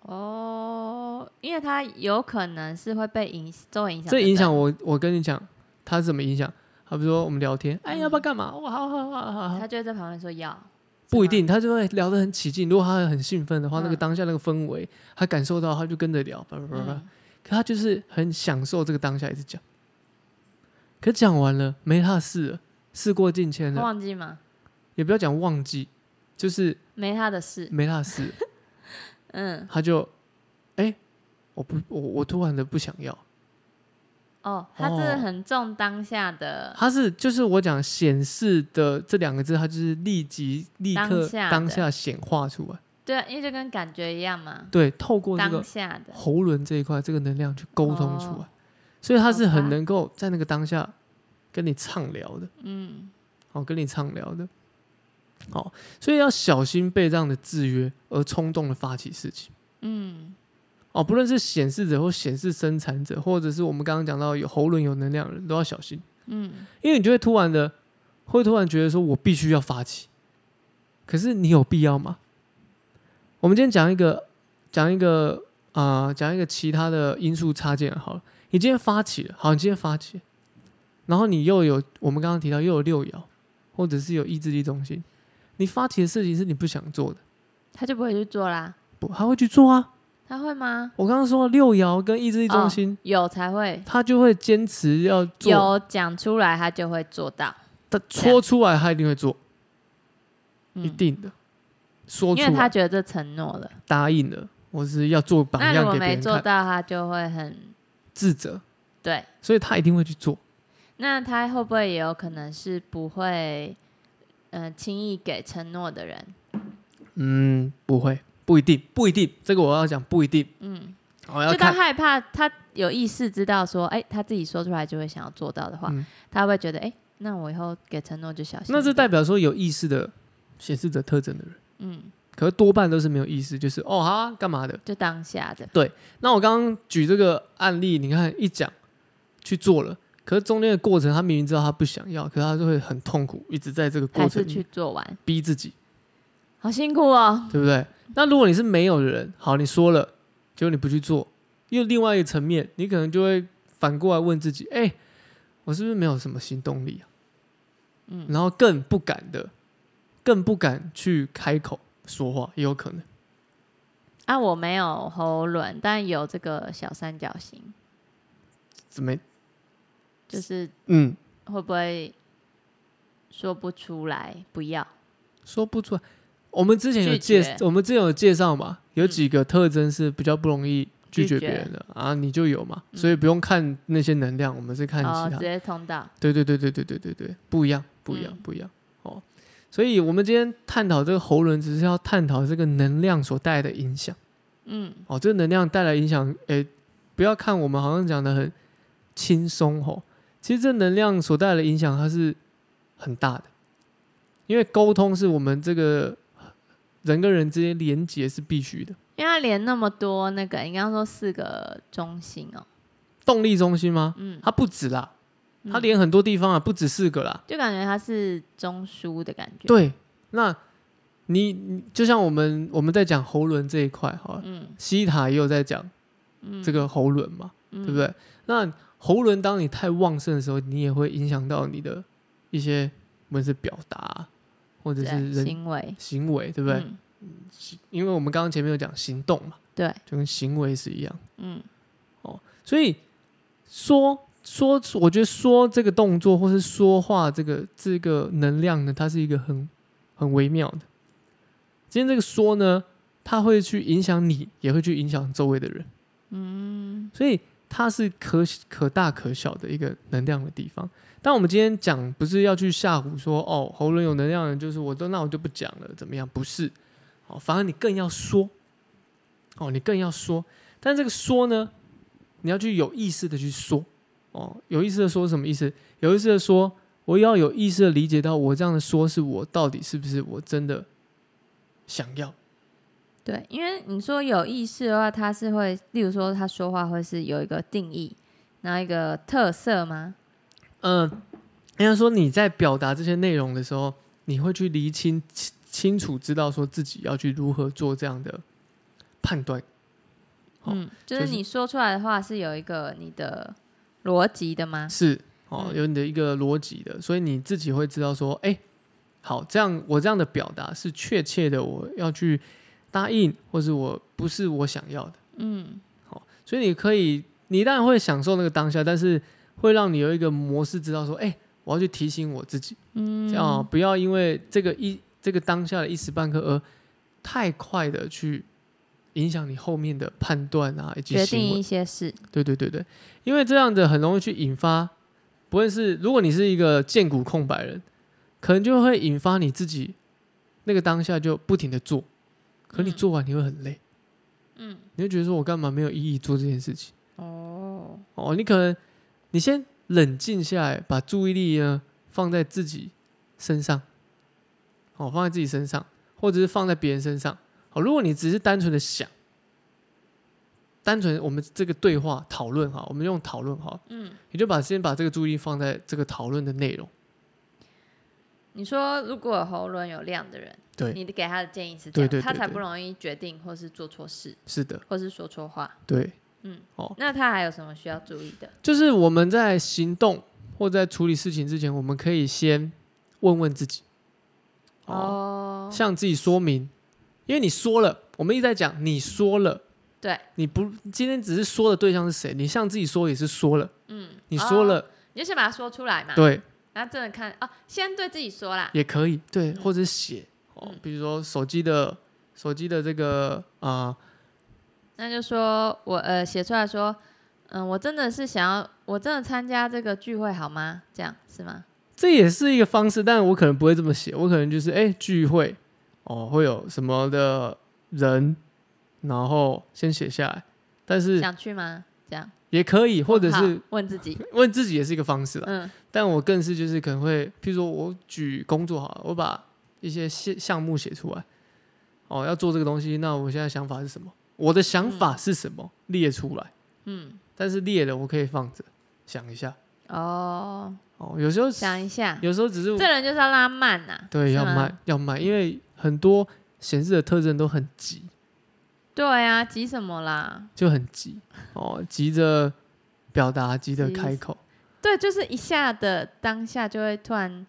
Speaker 2: 哦，因为他有可能是会被影周围影响，
Speaker 1: 这影响我，我跟你讲，它是怎么影响？好比说我们聊天，哎，要不要干嘛？哇，好好好好好，
Speaker 2: 嗯他就会在旁边说要，
Speaker 1: 不一
Speaker 2: 是吗，
Speaker 1: 定，他就会聊得很起劲。如果他很兴奋的话，那个
Speaker 2: 嗯
Speaker 1: 当下那个氛围，他感受到，他就跟着聊，叭叭叭叭。
Speaker 2: 嗯
Speaker 1: 可他就是很享受这个当下，一直讲。可讲完了，没他的事了，事过境迁了，
Speaker 2: 忘记吗？
Speaker 1: 也不要讲忘记，就是
Speaker 2: 没他的事，
Speaker 1: 没他的事了，
Speaker 2: 嗯，
Speaker 1: 他就，哎、我不，我我突然的不想要。
Speaker 2: 哦，他真的
Speaker 1: 哦
Speaker 2: 很重当下的，
Speaker 1: 他是就是我讲显示的这两个字，它就是立即立刻
Speaker 2: 当下的
Speaker 1: 当下显化出来，
Speaker 2: 对啊，因为就跟感觉一样嘛，
Speaker 1: 对，透过这个
Speaker 2: 当下的，
Speaker 1: 喉轮这一块这个能量去沟通出来，
Speaker 2: 哦
Speaker 1: 所以他是
Speaker 2: 好吧
Speaker 1: 很能够在那个当下跟你畅聊的，
Speaker 2: 嗯，
Speaker 1: 哦，跟你畅聊的，哦，所以要小心被这样的制约而冲动的发起事情，
Speaker 2: 嗯，
Speaker 1: 哦，不论是显示者或显示生产者，或者是我们刚刚讲到有喉轮有能量的人都要小心，
Speaker 2: 嗯，
Speaker 1: 因为你就会突然的会突然觉得说我必须要发起，可是你有必要吗？我们今天讲一个讲一个啊、呃讲一个其他的因素插件好了。你今天发起了，好，你今天发起了，然后你又有我们刚刚提到又有六爻，或者是有意志力中心，你发起的事情是你不想做的，
Speaker 2: 他就不会去做啦，
Speaker 1: 不，他会去做啊。
Speaker 2: 他会吗？
Speaker 1: 我刚刚说了六爻跟意志力中
Speaker 2: 哦
Speaker 1: 心，
Speaker 2: 有才会
Speaker 1: 他就会坚持要做，
Speaker 2: 有讲出来，他就会做到，
Speaker 1: 他戳出来他一定会做，
Speaker 2: 嗯
Speaker 1: 一定的。说出
Speaker 2: 因
Speaker 1: 来
Speaker 2: 为他觉得这承诺了。
Speaker 1: 答应了，我是要做榜
Speaker 2: 那如
Speaker 1: 样
Speaker 2: 果
Speaker 1: 给别
Speaker 2: 没
Speaker 1: 人
Speaker 2: 做
Speaker 1: 看，
Speaker 2: 到，他就会很
Speaker 1: 自责，
Speaker 2: 对。
Speaker 1: 所以他一定会去做。
Speaker 2: 那他会不会也有可能是不会，呃，轻易给承诺的人？
Speaker 1: 嗯，不会，不一定，不一定，这个我要讲不一定，
Speaker 2: 嗯，
Speaker 1: 我要
Speaker 2: 就他
Speaker 1: 看。
Speaker 2: 害怕，他有意识知道说，哎、他自己说出来就会想要做到的话，
Speaker 1: 嗯
Speaker 2: 他会觉得，哎、那我以后给承诺就小心一点。
Speaker 1: 那这代表说有意识的显示者特征的人，
Speaker 2: 嗯，
Speaker 1: 可是多半都是没有意识，就是哦哈干嘛的。
Speaker 2: 就当下的，
Speaker 1: 那我刚刚举这个案例，你看一讲去做了，可是中间的过程，他明明知道他不想要，可是他就会很痛苦，一直在这个过
Speaker 2: 还
Speaker 1: 程
Speaker 2: 是
Speaker 1: 里
Speaker 2: 去
Speaker 1: 面
Speaker 2: 做完，
Speaker 1: 逼自己，
Speaker 2: 好辛苦哦。
Speaker 1: 对不对？那如果你是没有的人，好，你说了，结果你不去做，又另外一个层面，你可能就会反过来问自己，哎、我是不是没有什么行动力啊？
Speaker 2: 嗯
Speaker 1: 然后更不敢的，更不敢去开口说话，也有可能。
Speaker 2: 啊，我没有喉轮，但有这个小三角形，
Speaker 1: 怎
Speaker 2: 嗯
Speaker 1: 么？
Speaker 2: 就是
Speaker 1: 嗯，
Speaker 2: 会不会说不出来？不要，
Speaker 1: 说不出来。我们之前有
Speaker 2: 拒
Speaker 1: 介
Speaker 2: 绝，嗯
Speaker 1: 我们之前有介绍嘛，有几个特征是比较不容易拒绝
Speaker 2: 拒绝嗯
Speaker 1: 别人的啊，你就有嘛，所以不用看那些能量，我们是看其
Speaker 2: 哦，
Speaker 1: 他
Speaker 2: 直接通道。
Speaker 1: 对对对对对对对对，不一样，不一样
Speaker 2: 嗯，
Speaker 1: 不一样哦。所以，我们今天探讨这个喉轮，只是要探讨这个能量所带来的影响
Speaker 2: 嗯，
Speaker 1: 哦。这个能量带来影响，诶，不要看我们好像讲的很轻松哦，其实这能量所带来的影响它是很大的，因为沟通是我们这个人跟人之间连接是必须的，
Speaker 2: 因为它连那么多那个，你刚刚说四个中心哦，
Speaker 1: 动力中心吗？
Speaker 2: 嗯，
Speaker 1: 它不止啦，它
Speaker 2: 嗯
Speaker 1: 连很多地方啊，不止四个啦。
Speaker 2: 就感觉它是中枢的感觉。，
Speaker 1: 对，那你你就像我们我们在讲喉轮这一块好了，
Speaker 2: 嗯
Speaker 1: 西塔也有在讲
Speaker 2: 嗯，
Speaker 1: 这个喉轮嘛，对
Speaker 2: 对
Speaker 1: 不？对？那喉轮当你太旺盛的时候，你也会影响到你的一些无论是表达或者是
Speaker 2: 对
Speaker 1: 人
Speaker 2: 行为，
Speaker 1: 行为，对
Speaker 2: 对
Speaker 1: 不对？
Speaker 2: 嗯？
Speaker 1: 因为我们刚刚前面有讲行动嘛，
Speaker 2: 对，
Speaker 1: 就跟行为是一样。
Speaker 2: 嗯
Speaker 1: 所以说说，我觉得说这个动作或是说话这个这个能量呢，它是一个很很微妙的。今天这个说呢，它会去影响你，也会去影响周围的人，
Speaker 2: 嗯
Speaker 1: 所以它是可可大可小的一个能量的地方。但我们今天讲不是要去吓唬说哦，喉咙有能量的人就是我都那我就不讲了，怎么样？不是，哦，反而你更要说，哦，你更要说。但这个说呢，你要去有意识的去说，哦，有意识的说是什么意思？有意识的说，我要有意识的理解到我这样的说是我到底是不是我真的想要？
Speaker 2: 对，因为你说有意识的话，他是会，例如说他说话会是有一个定义，然后一个特色吗？
Speaker 1: 嗯、应该说你在表达这些内容的时候，你会去厘清清清楚知道说自己要去如何做这样的判断。哦
Speaker 2: 嗯，就
Speaker 1: 就是是
Speaker 2: 你说出来的话是有一个你的逻辑的吗？
Speaker 1: 是哦，
Speaker 2: 嗯
Speaker 1: 有你的一个逻辑的，所以你自己会知道说，哎、好，这样我这样的表达是确切的，我要去答应，或是我不是我想要的。
Speaker 2: 嗯，
Speaker 1: 好、所以你可以，你当然会享受那个当下，但是会让你有一个模式，知道说，哎、我要去提醒我自己，嗯，这样哦不要因为这个一这个当下的一时半刻而太快的去影响你后面的判断啊，以及
Speaker 2: 决
Speaker 1: 行为
Speaker 2: 定一些事，
Speaker 1: 对对对对，因为这样子很容易去引发，不论是如果你是一个见骨空白人，可能就会引发你自己那个当下就不停的做，可你
Speaker 2: 嗯
Speaker 1: 做完你会很累，
Speaker 2: 嗯，
Speaker 1: 你会觉得说我干嘛没有意义做这件事情？
Speaker 2: 哦，
Speaker 1: 哦，你可能你先冷静下来，把注意力呢放在自己身上，哦，放在自己身上，或者是放在别人身上。哦，如果你只是单纯的想，单纯我们这个对话讨论哈，我们用讨论哈，
Speaker 2: 嗯，
Speaker 1: 你就把先把这个注意力放在这个讨论的内容。
Speaker 2: 你说如果喉轮有量的人，
Speaker 1: 对
Speaker 2: 你给他的建议是这
Speaker 1: 对
Speaker 2: 样，
Speaker 1: 对
Speaker 2: 他
Speaker 1: 对
Speaker 2: 才
Speaker 1: 对
Speaker 2: 不容易决定或是做错事，
Speaker 1: 是的，
Speaker 2: 或是说错话。
Speaker 1: 对，
Speaker 2: 嗯，
Speaker 1: 哦，
Speaker 2: 那他还有什么需要注意的？
Speaker 1: 就是我们在行动或在处理事情之前，我们可以先问问自己，
Speaker 2: 哦，
Speaker 1: 向自己说明，因为你说了，我们一直在讲你说了，
Speaker 2: 对，
Speaker 1: 你不今天只是说的对象是谁，你向自己说也是说了，
Speaker 2: 嗯，啊
Speaker 1: 你说了，
Speaker 2: 你就先把它说出来嘛。，
Speaker 1: 对，
Speaker 2: 然后真的看哦，先对自己说啦。
Speaker 1: 也可以，对，
Speaker 2: 嗯
Speaker 1: 或者是写哦，比如说手机的手机的这个啊、
Speaker 2: 那就说我呃写出来说，嗯，我真的是想要，我真的参加这个聚会好吗？这样是吗？
Speaker 1: 这也是一个方式，但我可能不会这么写，我可能就是哎聚会哦会有什么的人，然后先写下来，但是
Speaker 2: 想去吗？这样，
Speaker 1: 也可以，或者
Speaker 2: 好
Speaker 1: 是
Speaker 2: 问自己，
Speaker 1: 问自己也是一个方式啦。
Speaker 2: 嗯
Speaker 1: 但我更是就是可能会，譬如说我举工作好了，我把一些项项目写出来，哦，要做这个东西，那我现在想法是什么？我的想法是什么？列出来，
Speaker 2: 嗯，
Speaker 1: 但是列了我可以放着想一下，
Speaker 2: 哦，
Speaker 1: 哦，有时候
Speaker 2: 想一下，
Speaker 1: 有时候只是
Speaker 2: 这人就是要拉慢啊呐，
Speaker 1: 对
Speaker 2: 是
Speaker 1: 要
Speaker 2: 吗
Speaker 1: 慢要慢，因为很多显示的特征都很急，
Speaker 2: 对啊，急什么啦？
Speaker 1: 就很急哦，急着表达，急着
Speaker 2: 急
Speaker 1: 开口，
Speaker 2: 对，就是一下的当下就会突然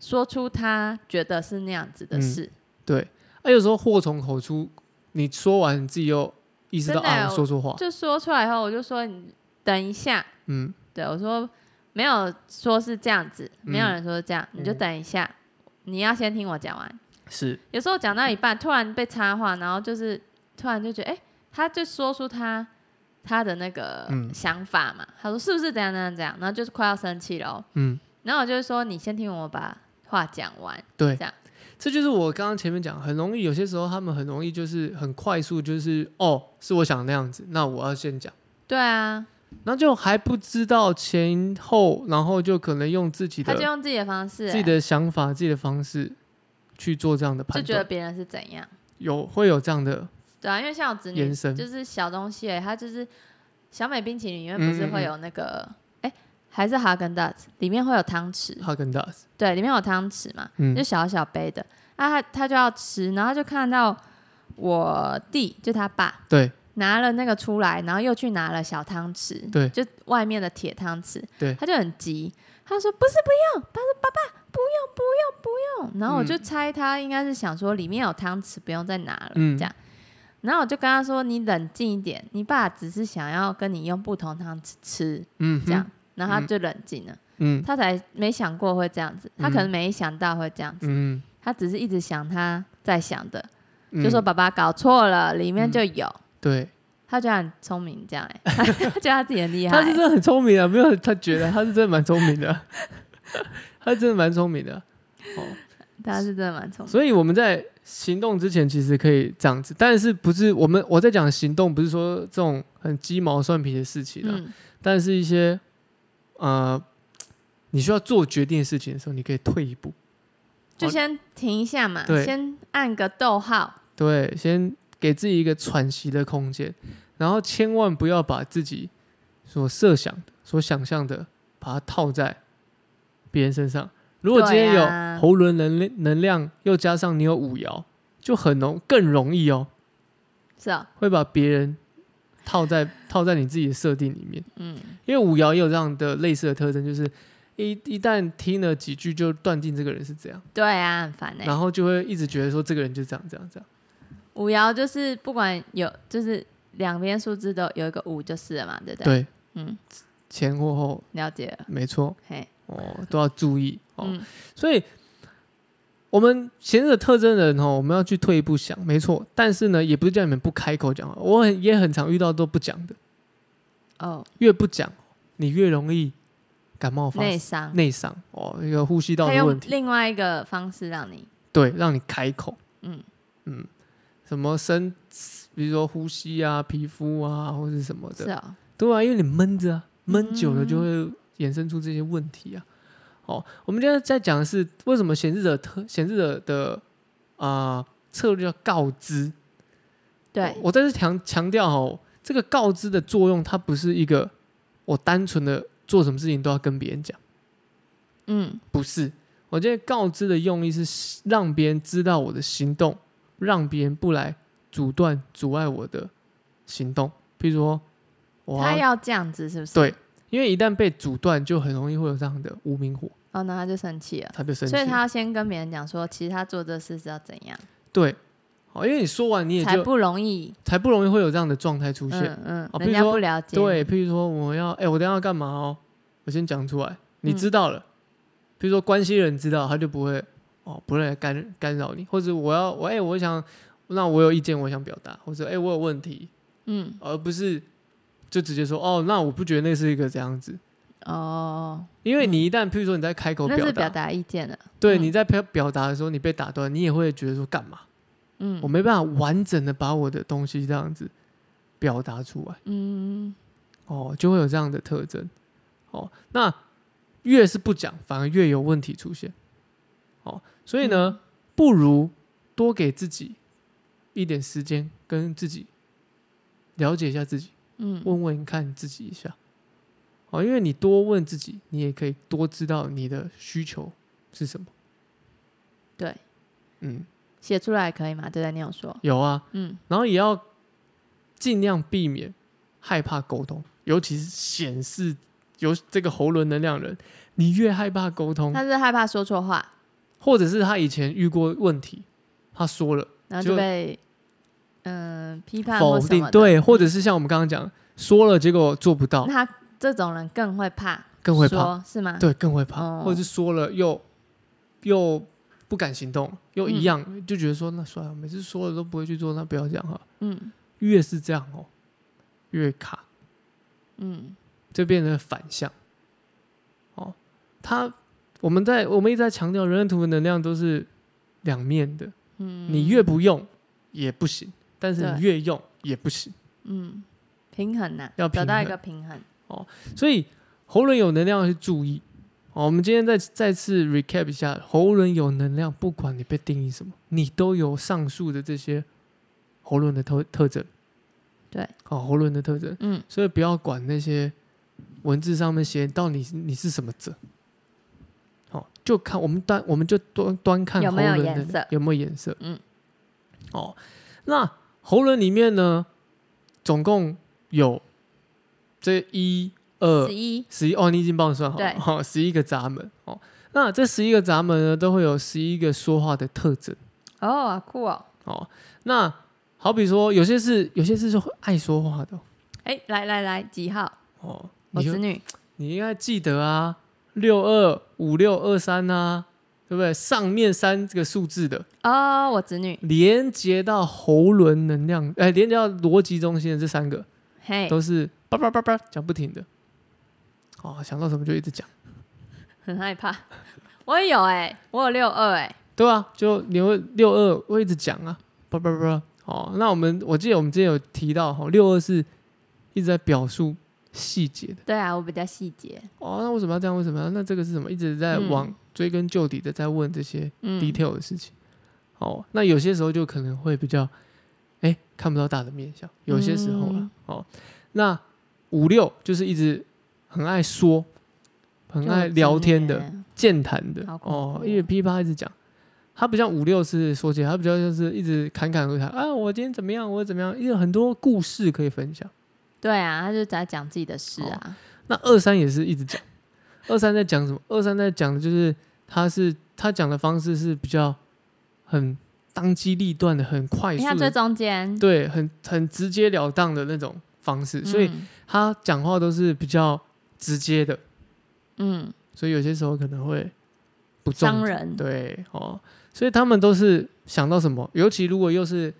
Speaker 2: 说出他觉得是那样子的
Speaker 1: 嗯
Speaker 2: 事，
Speaker 1: 对，啊，有时候祸从口出，你说完你自己又意识到
Speaker 2: 真的
Speaker 1: 啊，
Speaker 2: 我
Speaker 1: 我说错话，
Speaker 2: 就说出来以后，我就说你等一下，
Speaker 1: 嗯，
Speaker 2: 对我说没有说是这样子，没有
Speaker 1: 嗯
Speaker 2: 人说是这样，你就
Speaker 1: 嗯
Speaker 2: 等一下，你要先听我讲完。
Speaker 1: 是
Speaker 2: 有时候讲到一半，突然被插话，然后就是突然就觉得，哎、他就说出他他的那个
Speaker 1: 嗯
Speaker 2: 想法嘛，他说是不是怎样怎样怎样，然后就是快要生气了哦，
Speaker 1: 嗯。
Speaker 2: 然后我就会说你先听我把话讲完，
Speaker 1: 对，
Speaker 2: 这样
Speaker 1: 这就是我刚刚前面讲，很容易有些时候他们很容易就是很快速，就是哦，是我想那样子，那我要先讲，
Speaker 2: 对啊，
Speaker 1: 然后就还不知道前后，然后就可能用自己
Speaker 2: 他就
Speaker 1: 的
Speaker 2: 用哎自己的方式、欸
Speaker 1: 自己的想法、自己的方式去做这样的
Speaker 2: 就
Speaker 1: 判
Speaker 2: 觉得
Speaker 1: 断，
Speaker 2: 别人是怎样。
Speaker 1: 有会有这样的
Speaker 2: 对啊，因为像我侄女
Speaker 1: 延伸
Speaker 2: 就是小东西而已，它就是小美冰淇淋里面
Speaker 1: 嗯
Speaker 2: 不是会有那个哎、还是哈根达斯里面会有汤匙，
Speaker 1: 哈根达斯，
Speaker 2: 对，里面有汤匙嘛，
Speaker 1: 嗯
Speaker 2: 就小小杯的。啊，他他就要吃，然后就看到我弟就他爸
Speaker 1: 对
Speaker 2: 拿了那个出来，然后又去拿了小汤匙，
Speaker 1: 对
Speaker 2: 就外面的铁汤匙，
Speaker 1: 对
Speaker 2: 他就很急，他说不是不用，他说爸爸不用不用不用，然后我就猜他应该是想说里面有汤匙，不用再拿了、
Speaker 1: 嗯
Speaker 2: 这样。然后我就跟他说：“你冷静一点，你爸只是想要跟你用不同汤匙吃，
Speaker 1: 嗯，
Speaker 2: 这样。，然后他
Speaker 1: 嗯
Speaker 2: 就冷静了，
Speaker 1: 嗯
Speaker 2: 他才没想过会这样子，他可能没想到会这样子，
Speaker 1: 嗯，
Speaker 2: 他只是一直想他在想的，
Speaker 1: 嗯
Speaker 2: 就说爸爸搞错了，里面就有。
Speaker 1: 对，
Speaker 2: 他觉得很聪明，这样哎、 欸，他觉得他自己很厉害
Speaker 1: 他是。真的很聪明啊，没有他觉得他是真的蛮聪明的， 他是真的蛮聪明的。哦，
Speaker 2: 欸他是真的蛮聪明。
Speaker 1: 所以我们在行动之前其实可以这样子，但是不是我们我在讲行动，不是说这种很鸡毛蒜皮的事情啊，
Speaker 2: 嗯，
Speaker 1: 但是一些呃你需要做决定的事情的时候，你可以退一步，
Speaker 2: 就先停一下嘛，
Speaker 1: 对
Speaker 2: 先按个逗号。
Speaker 1: 对，先给自己一个喘息的空间，然后千万不要把自己所设想的、所想象的，把它套在别人身上。如果今天
Speaker 2: 对
Speaker 1: 有
Speaker 2: 啊
Speaker 1: 喉轮能量能量，又加上你有五爻，就很容更容易哦，
Speaker 2: 是哦，
Speaker 1: 会把别人套在套在你自己的设定里面。
Speaker 2: 嗯，
Speaker 1: 因为五爻也有这样的类似的特征，就是一一旦听了几句就断定这个人是这样，
Speaker 2: 对啊，很烦哎、欸。
Speaker 1: 然后就会一直觉得说这个人就这样这样这样。
Speaker 2: 五爻就是不管有，就是两边数字都有一个五就是了嘛，对不对？
Speaker 1: 对，
Speaker 2: 嗯，
Speaker 1: 前或后
Speaker 2: 了解了。
Speaker 1: 没错。
Speaker 2: 嘿，
Speaker 1: 哦，都要注意哦。
Speaker 2: 嗯
Speaker 1: 所以，我们贤者特征的人哦，我们要去退一步想，没错。但是呢，也不是叫你们不开口讲话，我很也很常遇到都不讲的，
Speaker 2: 哦，
Speaker 1: 越不讲，你越容易感冒发
Speaker 2: 内
Speaker 1: 内
Speaker 2: 伤。
Speaker 1: 内伤哦，一个呼吸道
Speaker 2: 他
Speaker 1: 的
Speaker 2: 用
Speaker 1: 问题，
Speaker 2: 另外一个方式让你，
Speaker 1: 对，让你开口，
Speaker 2: 嗯
Speaker 1: 嗯，什么身，比如说呼吸啊、皮肤啊，或是什么的
Speaker 2: 是，哦，
Speaker 1: 对啊，因为你闷着啊，闷久了就会
Speaker 2: 嗯
Speaker 1: 衍生出这些问题啊。哦，我们今天在讲的是为什么显示者特显示者的啊、策略叫告知。
Speaker 2: 对
Speaker 1: 我，我在这强强调哦，这个告知的作用，它不是一个我单纯的做什么事情都要跟别人讲，
Speaker 2: 嗯，
Speaker 1: 不是。我觉得告知的用意是让别人知道我的行动，让别人不来阻断阻碍我的行动。譬如说，我
Speaker 2: 他要这样子是不是？
Speaker 1: 对，因为一旦被阻断，就很容易会有这样的无名火，
Speaker 2: 哦，那他就生气了，
Speaker 1: 他就生气。
Speaker 2: 所以他要先跟别人讲说，其实他做这事是要怎样，
Speaker 1: 对，好，因为你说完你也
Speaker 2: 才
Speaker 1: 就
Speaker 2: 不容易，
Speaker 1: 才不容易会有这样的状态出现。
Speaker 2: 嗯嗯，
Speaker 1: 哦比
Speaker 2: 人
Speaker 1: 如
Speaker 2: 家
Speaker 1: 说
Speaker 2: 不了解，
Speaker 1: 对，，譬如说我要，哎、我等一下要干嘛哦？我先讲出来，
Speaker 2: 嗯
Speaker 1: 你知道了。譬如说关系人知道，他就不会哦，不会来干干扰你，或者我要我哎、我想，那我有意见，我想表达，或者哎、我有问题，
Speaker 2: 嗯，
Speaker 1: 而不是就直接说哦，那我不觉得那是一个这样子，
Speaker 2: 哦，
Speaker 1: 因为你一旦譬如说你在开口
Speaker 2: 那
Speaker 1: 表
Speaker 2: 是
Speaker 1: 达
Speaker 2: 表，达意见了，
Speaker 1: 对，
Speaker 2: 嗯
Speaker 1: 你在表表达的时候，你被打断，你也会觉得说干嘛？
Speaker 2: 嗯
Speaker 1: 我没办法完整的把我的东西这样子表达出来，
Speaker 2: 嗯，
Speaker 1: 哦，就会有这样的特征。哦，那越是不讲，反而越有问题出现。哦，所以
Speaker 2: 嗯
Speaker 1: 呢，不如多给自己一点时间，跟自己了解一下自己，
Speaker 2: 嗯，
Speaker 1: 问问看自己一下。哦，因为你多问自己，你也可以多知道你的需求是什么。
Speaker 2: 对，
Speaker 1: 嗯，
Speaker 2: 写出来可以吗？对对，你有说，
Speaker 1: 有啊，
Speaker 2: 嗯，
Speaker 1: 然后也要尽量避免害怕沟通，尤其是显示有这个喉轮能量人，你越害怕沟通，
Speaker 2: 他是害怕说错话，
Speaker 1: 或者是他以前遇过问题，他说了
Speaker 2: 然后
Speaker 1: 就
Speaker 2: 就被嗯批判
Speaker 1: 否
Speaker 2: 或什
Speaker 1: 定
Speaker 2: 么，的，嗯
Speaker 1: 对，或者是像我们刚刚讲说了，结果做不到，
Speaker 2: 那他这种人更会怕，
Speaker 1: 更会怕，
Speaker 2: 说是吗？
Speaker 1: 对，更会怕，
Speaker 2: 哦
Speaker 1: 或者是说了又又不敢行动，又一
Speaker 2: 嗯
Speaker 1: 样、就觉得说那算了，每次说了都不会去做，那不要这样哈，
Speaker 2: 嗯
Speaker 1: 越是这样哦，越卡。
Speaker 2: 嗯，
Speaker 1: 就变成反向。哦，它我们在我们一直在强调，人类图的能量都是两面的，
Speaker 2: 嗯
Speaker 1: 你越不用也不行，但是你
Speaker 2: 对
Speaker 1: 越用也不行。
Speaker 2: 嗯平衡呐，
Speaker 1: 要
Speaker 2: 找到一
Speaker 1: 平衡
Speaker 2: 个平衡，
Speaker 1: 所以喉轮有能量要去注意。哦，我们今天再再次 recap 一下，喉轮有能量，不管你被定义什么，你都有上述的这些喉轮的特特征。
Speaker 2: 对，
Speaker 1: 哦，喉轮的特征，
Speaker 2: 嗯
Speaker 1: 所以不要管那些文字上面写到底你是你是什么者，哦，就看我们端我们就端端看
Speaker 2: 有
Speaker 1: 喉
Speaker 2: 没有
Speaker 1: 轮
Speaker 2: 颜
Speaker 1: 的
Speaker 2: 色
Speaker 1: 有没有颜色，
Speaker 2: 嗯，
Speaker 1: 哦，那喉轮里面呢，总共有这一二
Speaker 2: 十一，
Speaker 1: 十一哦，你已经帮我算好了，
Speaker 2: 对
Speaker 1: 好，十一个闸门哦。那这十一个闸门呢，都会有十一个说话的特征
Speaker 2: 哦，好酷哦，
Speaker 1: 哦。那好比说，有些是有些是说爱说话的
Speaker 2: 哎，来来来，几号？
Speaker 1: 哦，
Speaker 2: 我
Speaker 1: 你
Speaker 2: 子
Speaker 1: 就
Speaker 2: 女，
Speaker 1: 你应该记得啊，六二五六二三啊，对不对？上面三个数字的
Speaker 2: 哦，我子女，
Speaker 1: 连接到喉轮能量，哎、连接到逻辑中心的这三个
Speaker 2: 嘿，
Speaker 1: 都是叭叭叭叭讲不停的，哦，想到什么就一直讲。
Speaker 2: 很害怕。 我也有哎，我有六二哎，
Speaker 1: 对啊，就你会六二会一直讲啊，叭叭叭。哦，那我们我记得我们之前有提到哈，六二是一直在表述细节的。
Speaker 2: 对啊，我比较细节，
Speaker 1: 哦，那为什么要这样？为什么要？那这个是什么？一直在
Speaker 2: 嗯
Speaker 1: 往追根究底的在问这些
Speaker 2: 嗯，
Speaker 1: detail 的事情。哦，那有些时候就可能会比较，哎、看不到大的面相，有些时候啦。
Speaker 2: 嗯
Speaker 1: 哦，那五六就是一直很爱说，很
Speaker 2: 就
Speaker 1: 爱
Speaker 2: 子
Speaker 1: 聊天
Speaker 2: 女
Speaker 1: 的，
Speaker 2: 欸，
Speaker 1: 健谈的
Speaker 2: 好恐
Speaker 1: 哦
Speaker 2: 怖，哦
Speaker 1: 因为噼啪一直讲，他不像五六是说起来，他比较像是一直侃侃而谈啊，我今天怎么样，我怎么样，因为很多故事可以分享。
Speaker 2: 对啊，他就在讲自己的事啊，
Speaker 1: 那二三也是一直讲，二三在讲什么？二三在讲的就是他是他讲的方式是比较很当机立断的，很快
Speaker 2: 哎因为他
Speaker 1: 速
Speaker 2: 最
Speaker 1: 的，
Speaker 2: 中间，
Speaker 1: 对，很很直截了当的那种方式，所以
Speaker 2: 嗯
Speaker 1: 他讲话都是比较直接的，
Speaker 2: 嗯，
Speaker 1: 所以有些时候可能会不中
Speaker 2: 伤人，
Speaker 1: 对哦，所以他们都是想到什么，尤其如果又是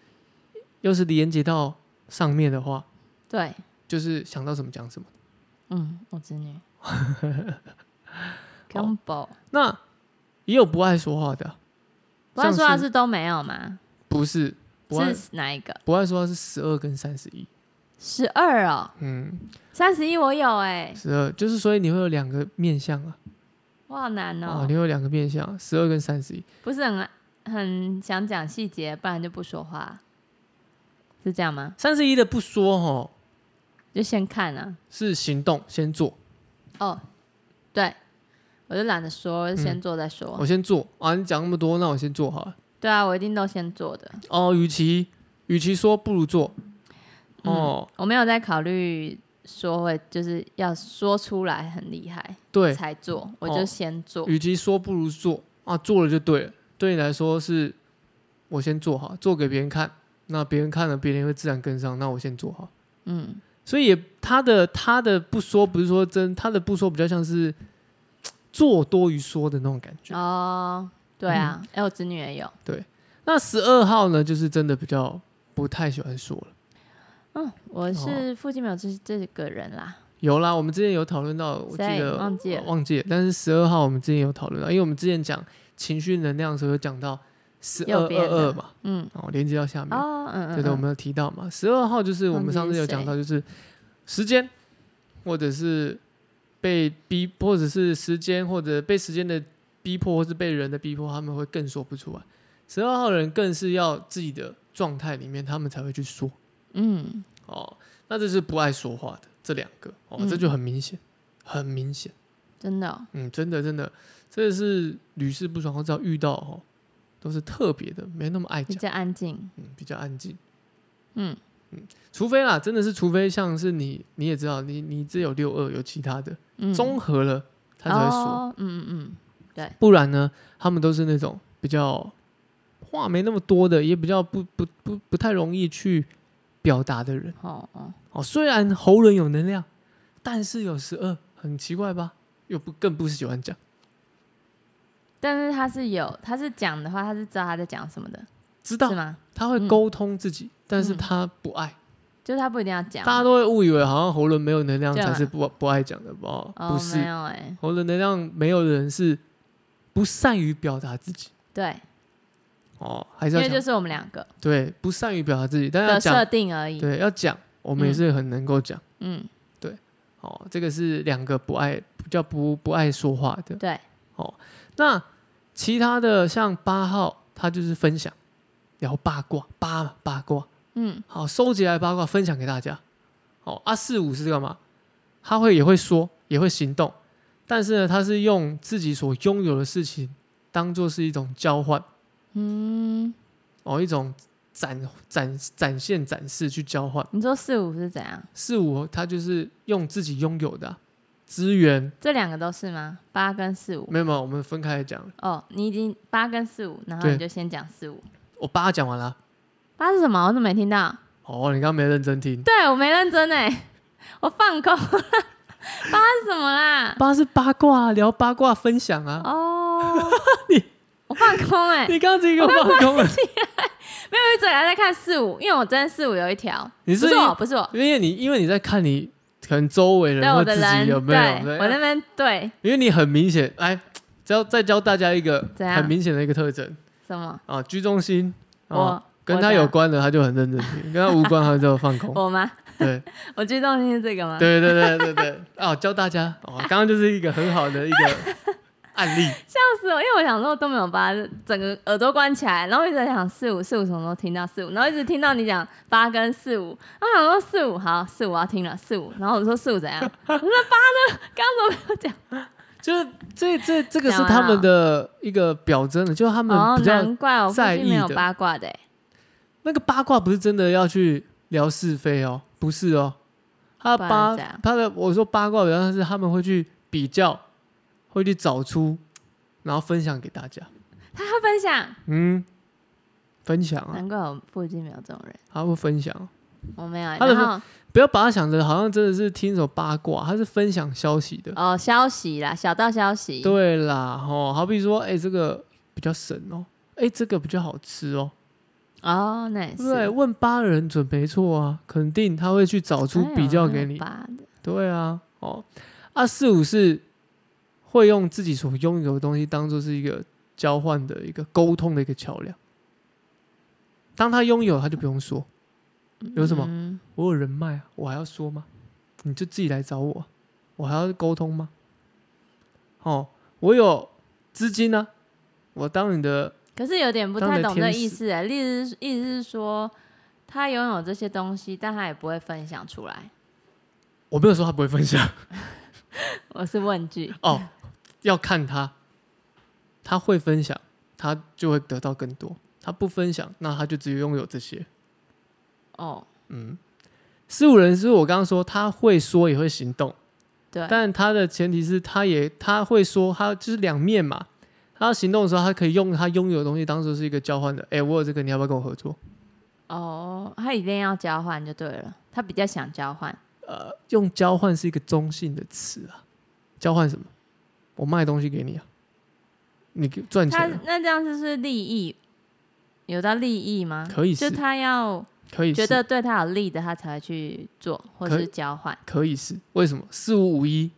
Speaker 1: 又是连接到上面的话，
Speaker 2: 对，
Speaker 1: 就是想到什么讲什么。
Speaker 2: 嗯，我子 女，combo，
Speaker 1: 那也有不爱说话的啊，
Speaker 2: 不然
Speaker 1: 像
Speaker 2: 说他
Speaker 1: 是
Speaker 2: 是都没有吗？
Speaker 1: 不是不爱
Speaker 2: 是哪一个？
Speaker 1: 不爱说话是十二跟三十一，
Speaker 2: 十二哦，
Speaker 1: 嗯，
Speaker 2: 三十一我有哎、
Speaker 1: 十二就是所以你会有两个面相啊，
Speaker 2: 我好难
Speaker 1: 啊，
Speaker 2: 哦
Speaker 1: 你，会有两个面相，十二跟三十一，
Speaker 2: 不是很很想讲细节，不然就不说话，是这样吗？
Speaker 1: 三十一的不说哦，
Speaker 2: 就先看啊，
Speaker 1: 是行动先做，
Speaker 2: 哦，对，我就懒得说，先
Speaker 1: 嗯
Speaker 2: 做再说。
Speaker 1: 我先做啊，你讲那么多，那我先做好了。
Speaker 2: 对啊，我一定都先做的，
Speaker 1: 哦，与其与其说不如做，
Speaker 2: 嗯
Speaker 1: 哦，
Speaker 2: 我没有在考虑说会就是要说出来很厉害
Speaker 1: 对，
Speaker 2: 才做，我
Speaker 1: 哦
Speaker 2: 就先做。
Speaker 1: 与其说不如做啊，做了就对了。对你来说是，我先做好，做给别人看，那别人看了，别人会自然跟上，那我先做好。
Speaker 2: 嗯，
Speaker 1: 所以也他的他的不说不是说真，他的不说比较像是做多于说的那种感觉。
Speaker 2: 哦，对啊，
Speaker 1: 嗯
Speaker 2: 哎、我侄女也有，
Speaker 1: 那十二号呢，就是真的比较不太喜欢说了。
Speaker 2: 嗯，我是附近没有这这个人啦，
Speaker 1: 有啦，我们之前有讨论到，我记
Speaker 2: 谁
Speaker 1: 得
Speaker 2: 忘记
Speaker 1: 呃
Speaker 2: 了
Speaker 1: 忘记了，但是十二号我们之前有讨论啊到，因为我们之前讲情绪能量的时候有讲到十二
Speaker 2: 右边
Speaker 1: 二
Speaker 2: 的
Speaker 1: 二嘛，
Speaker 2: 嗯，
Speaker 1: 然后连接到下面。
Speaker 2: 哦，嗯嗯，
Speaker 1: 对的，
Speaker 2: 嗯
Speaker 1: 我们有提到嘛，十二号就是我们上次有讲到，就是时间，或者是被逼，或者是时间，或者被时间的逼迫，或是被人的逼迫，他们会更说不出来。十二号人更是要自己的状态里面，他们才会去说
Speaker 2: 嗯，
Speaker 1: 哦。那这是不爱说话的这两个哦，
Speaker 2: 嗯
Speaker 1: 这就很明显，很明显，
Speaker 2: 真的哦、
Speaker 1: 嗯，真的真的，这是屡试不爽，或者遇到哦，都是特别的，没那么爱
Speaker 2: 比
Speaker 1: 讲，
Speaker 2: 较安静，
Speaker 1: 嗯，比较安静。
Speaker 2: 嗯，
Speaker 1: 除非啦，真的是除非像是你，你也知道，你你只有六二，有其他的
Speaker 2: 嗯
Speaker 1: 综合了，他才会说。
Speaker 2: 哦，嗯嗯
Speaker 1: 不然呢，他们都是那种比较话没那么多的，也比较不不不不太容易去表达的人
Speaker 2: 嗯，。哦哦，
Speaker 1: 哦，虽然喉轮有能量，但是有十二，很奇怪吧？又不更不喜欢讲，
Speaker 2: 但是他是有，他是讲的话，他是知道他在讲什么的，
Speaker 1: 知
Speaker 2: 是
Speaker 1: 道
Speaker 2: 吗？
Speaker 1: 他会
Speaker 2: 嗯
Speaker 1: 沟通自己，但是
Speaker 2: 嗯
Speaker 1: 他不爱，
Speaker 2: 就是他不一定要讲，
Speaker 1: 大家都会误以为好像喉轮没有能量
Speaker 2: 这样
Speaker 1: 才
Speaker 2: 啊
Speaker 1: 是不不爱讲的吧？
Speaker 2: 哦
Speaker 1: 不是，
Speaker 2: 没有哎、
Speaker 1: 喉轮能量没有的人是不善于表达自己
Speaker 2: 对，
Speaker 1: 哦，还是
Speaker 2: 因
Speaker 1: 要
Speaker 2: 为
Speaker 1: 讲、
Speaker 2: 就是我们两个
Speaker 1: 对不善于表达自己，但要
Speaker 2: 的设
Speaker 1: 讲
Speaker 2: 定嗯而已，
Speaker 1: 对要讲，我们也是很能够讲、
Speaker 2: 嗯，
Speaker 1: 哦。这个是两个不爱比较不不爱说话的。
Speaker 2: 对，
Speaker 1: 那其他的像八号，他就是分享聊八卦，八嘛八卦
Speaker 2: 嗯，
Speaker 1: 好收集来八卦分享给大家。哦，啊四五是干嘛？他会也会说，也会行动，但是呢，他是用自己所拥有的事情当做是一种交换
Speaker 2: 嗯，
Speaker 1: 哦，一种展展展现展示去交换。
Speaker 2: 你说四五是怎样？
Speaker 1: 四五他就是用自己拥有的啊资源，
Speaker 2: 这两个都是吗？八跟四五。
Speaker 1: 没有没有，我们分开来讲。
Speaker 2: 哦，你已经八跟四五，然后
Speaker 1: 对
Speaker 2: 你就先讲四五。
Speaker 1: 我哦八讲完了，
Speaker 2: 八是什么？我怎么没听到？
Speaker 1: 哦，你刚刚没认真听。
Speaker 2: 对我没认真哎， 我放空 了。八是什么啦？
Speaker 1: 八是八卦啊，聊八卦分享啊。
Speaker 2: 哦，我放空哎、欸，因
Speaker 1: 你刚刚这个放空了，
Speaker 2: 为嘴还在看四五，因为我真的四五有一条，
Speaker 1: 你
Speaker 2: 不
Speaker 1: 是
Speaker 2: 是我，不是我，
Speaker 1: 因为你因为你在看你可能周围
Speaker 2: 对
Speaker 1: 人
Speaker 2: 我
Speaker 1: 或
Speaker 2: 的
Speaker 1: 自
Speaker 2: 人，
Speaker 1: 己有没有，
Speaker 2: 对我那边对
Speaker 1: 因为你很明显，哎，只要再教大家一个
Speaker 2: 怎样
Speaker 1: 很明显的一个特征
Speaker 2: 什么，
Speaker 1: 啊，居中心啊，
Speaker 2: 我
Speaker 1: 跟他
Speaker 2: 我的
Speaker 1: 有关的他就很认真 听，跟他无关他就放空。
Speaker 2: 我吗？
Speaker 1: 对
Speaker 2: 我最重心是这个吗？
Speaker 1: 对对对对对，啊，教大家 哦，刚刚就是一个很好的一个案例。
Speaker 2: 笑死哦我，因为我想说都没有把整个耳朵关起来，然后一直在想四五四五什么时候听到四五，然后一直听到你讲八跟四五，然后我想说四五好四五我要听了四五， 然后我说四五怎样？我说八呢？刚刚怎么没有讲？
Speaker 1: 就是这这这个是
Speaker 2: 讲完
Speaker 1: 他们
Speaker 2: 了
Speaker 1: 的一个表征了，就是他们
Speaker 2: 哦
Speaker 1: 比，较
Speaker 2: 难怪我附
Speaker 1: 在
Speaker 2: 近没
Speaker 1: 意
Speaker 2: 有
Speaker 1: 的
Speaker 2: 八卦的欸、
Speaker 1: 那个八卦不是真的要去聊是非哦，不是哦。他的
Speaker 2: 不然
Speaker 1: 八
Speaker 2: 怎样
Speaker 1: 他的我说八卦，比方是他们会去比较，会去找出，然后分享给大家。
Speaker 2: 他他分享，
Speaker 1: 嗯，分享啊，
Speaker 2: 难怪我附近没有这种人，
Speaker 1: 他会分享，
Speaker 2: 我没有欸。
Speaker 1: 他的
Speaker 2: 然后
Speaker 1: 不要把他想着好像真的是听什么八卦，他是分享消息的。
Speaker 2: 哦，消息啦，小道消息，
Speaker 1: 对啦，哦，好比说，哎、这个比较神哦，哎、这个比较好吃哦，
Speaker 2: 哦，那也
Speaker 1: 对不对？
Speaker 2: 是
Speaker 1: 问八人准没错啊，肯定他会去找
Speaker 2: 啊
Speaker 1: 出比较给你。
Speaker 2: 哎八的，
Speaker 1: 对啊，哦，啊四五是会用自己所拥有的东西当做是一个交换的一个沟通的一个桥梁。当他拥有，他就不用说有什么
Speaker 2: 么？
Speaker 1: 我有人脉啊，我还要说吗？你就自己来找我啊，我还要沟通吗？哦，我有资金呢、我当你的
Speaker 2: 可是有点不
Speaker 1: 当
Speaker 2: 太
Speaker 1: 你的
Speaker 2: 懂这
Speaker 1: 天
Speaker 2: 意思欸，例子是意思是说。他拥有这些东西，但他也不会分享 出来。
Speaker 1: 我没有说他不会分享
Speaker 2: 我是问句，
Speaker 1: 哦，要看他，他会分享，他就会得到更多；他不分享，那他就只有拥有这些。
Speaker 2: 哦，
Speaker 1: 嗯，四五人是我刚刚说他会说也会行动，
Speaker 2: 对，
Speaker 1: 但他的前提是他也他会说，他就是两面嘛。他要行动的时候，他可以用他拥有的东西当做是一个交换的。哎、我有这个，你要不要跟我合作？
Speaker 2: 哦，他一定要交换就对了，他比较想交换，
Speaker 1: 呃，用交换是一个中性的词啊。交换什么？我卖东西给你啊，你给赚
Speaker 2: 他
Speaker 1: 钱、啊、
Speaker 2: 那这样就是利益，有到利益吗？
Speaker 1: 可以，
Speaker 2: 就是他要
Speaker 1: 可以
Speaker 2: 觉
Speaker 1: 是，
Speaker 2: 得对他有利的，他才会去做或
Speaker 1: 可
Speaker 2: 是交换。
Speaker 1: 可以是。为什么四五五一？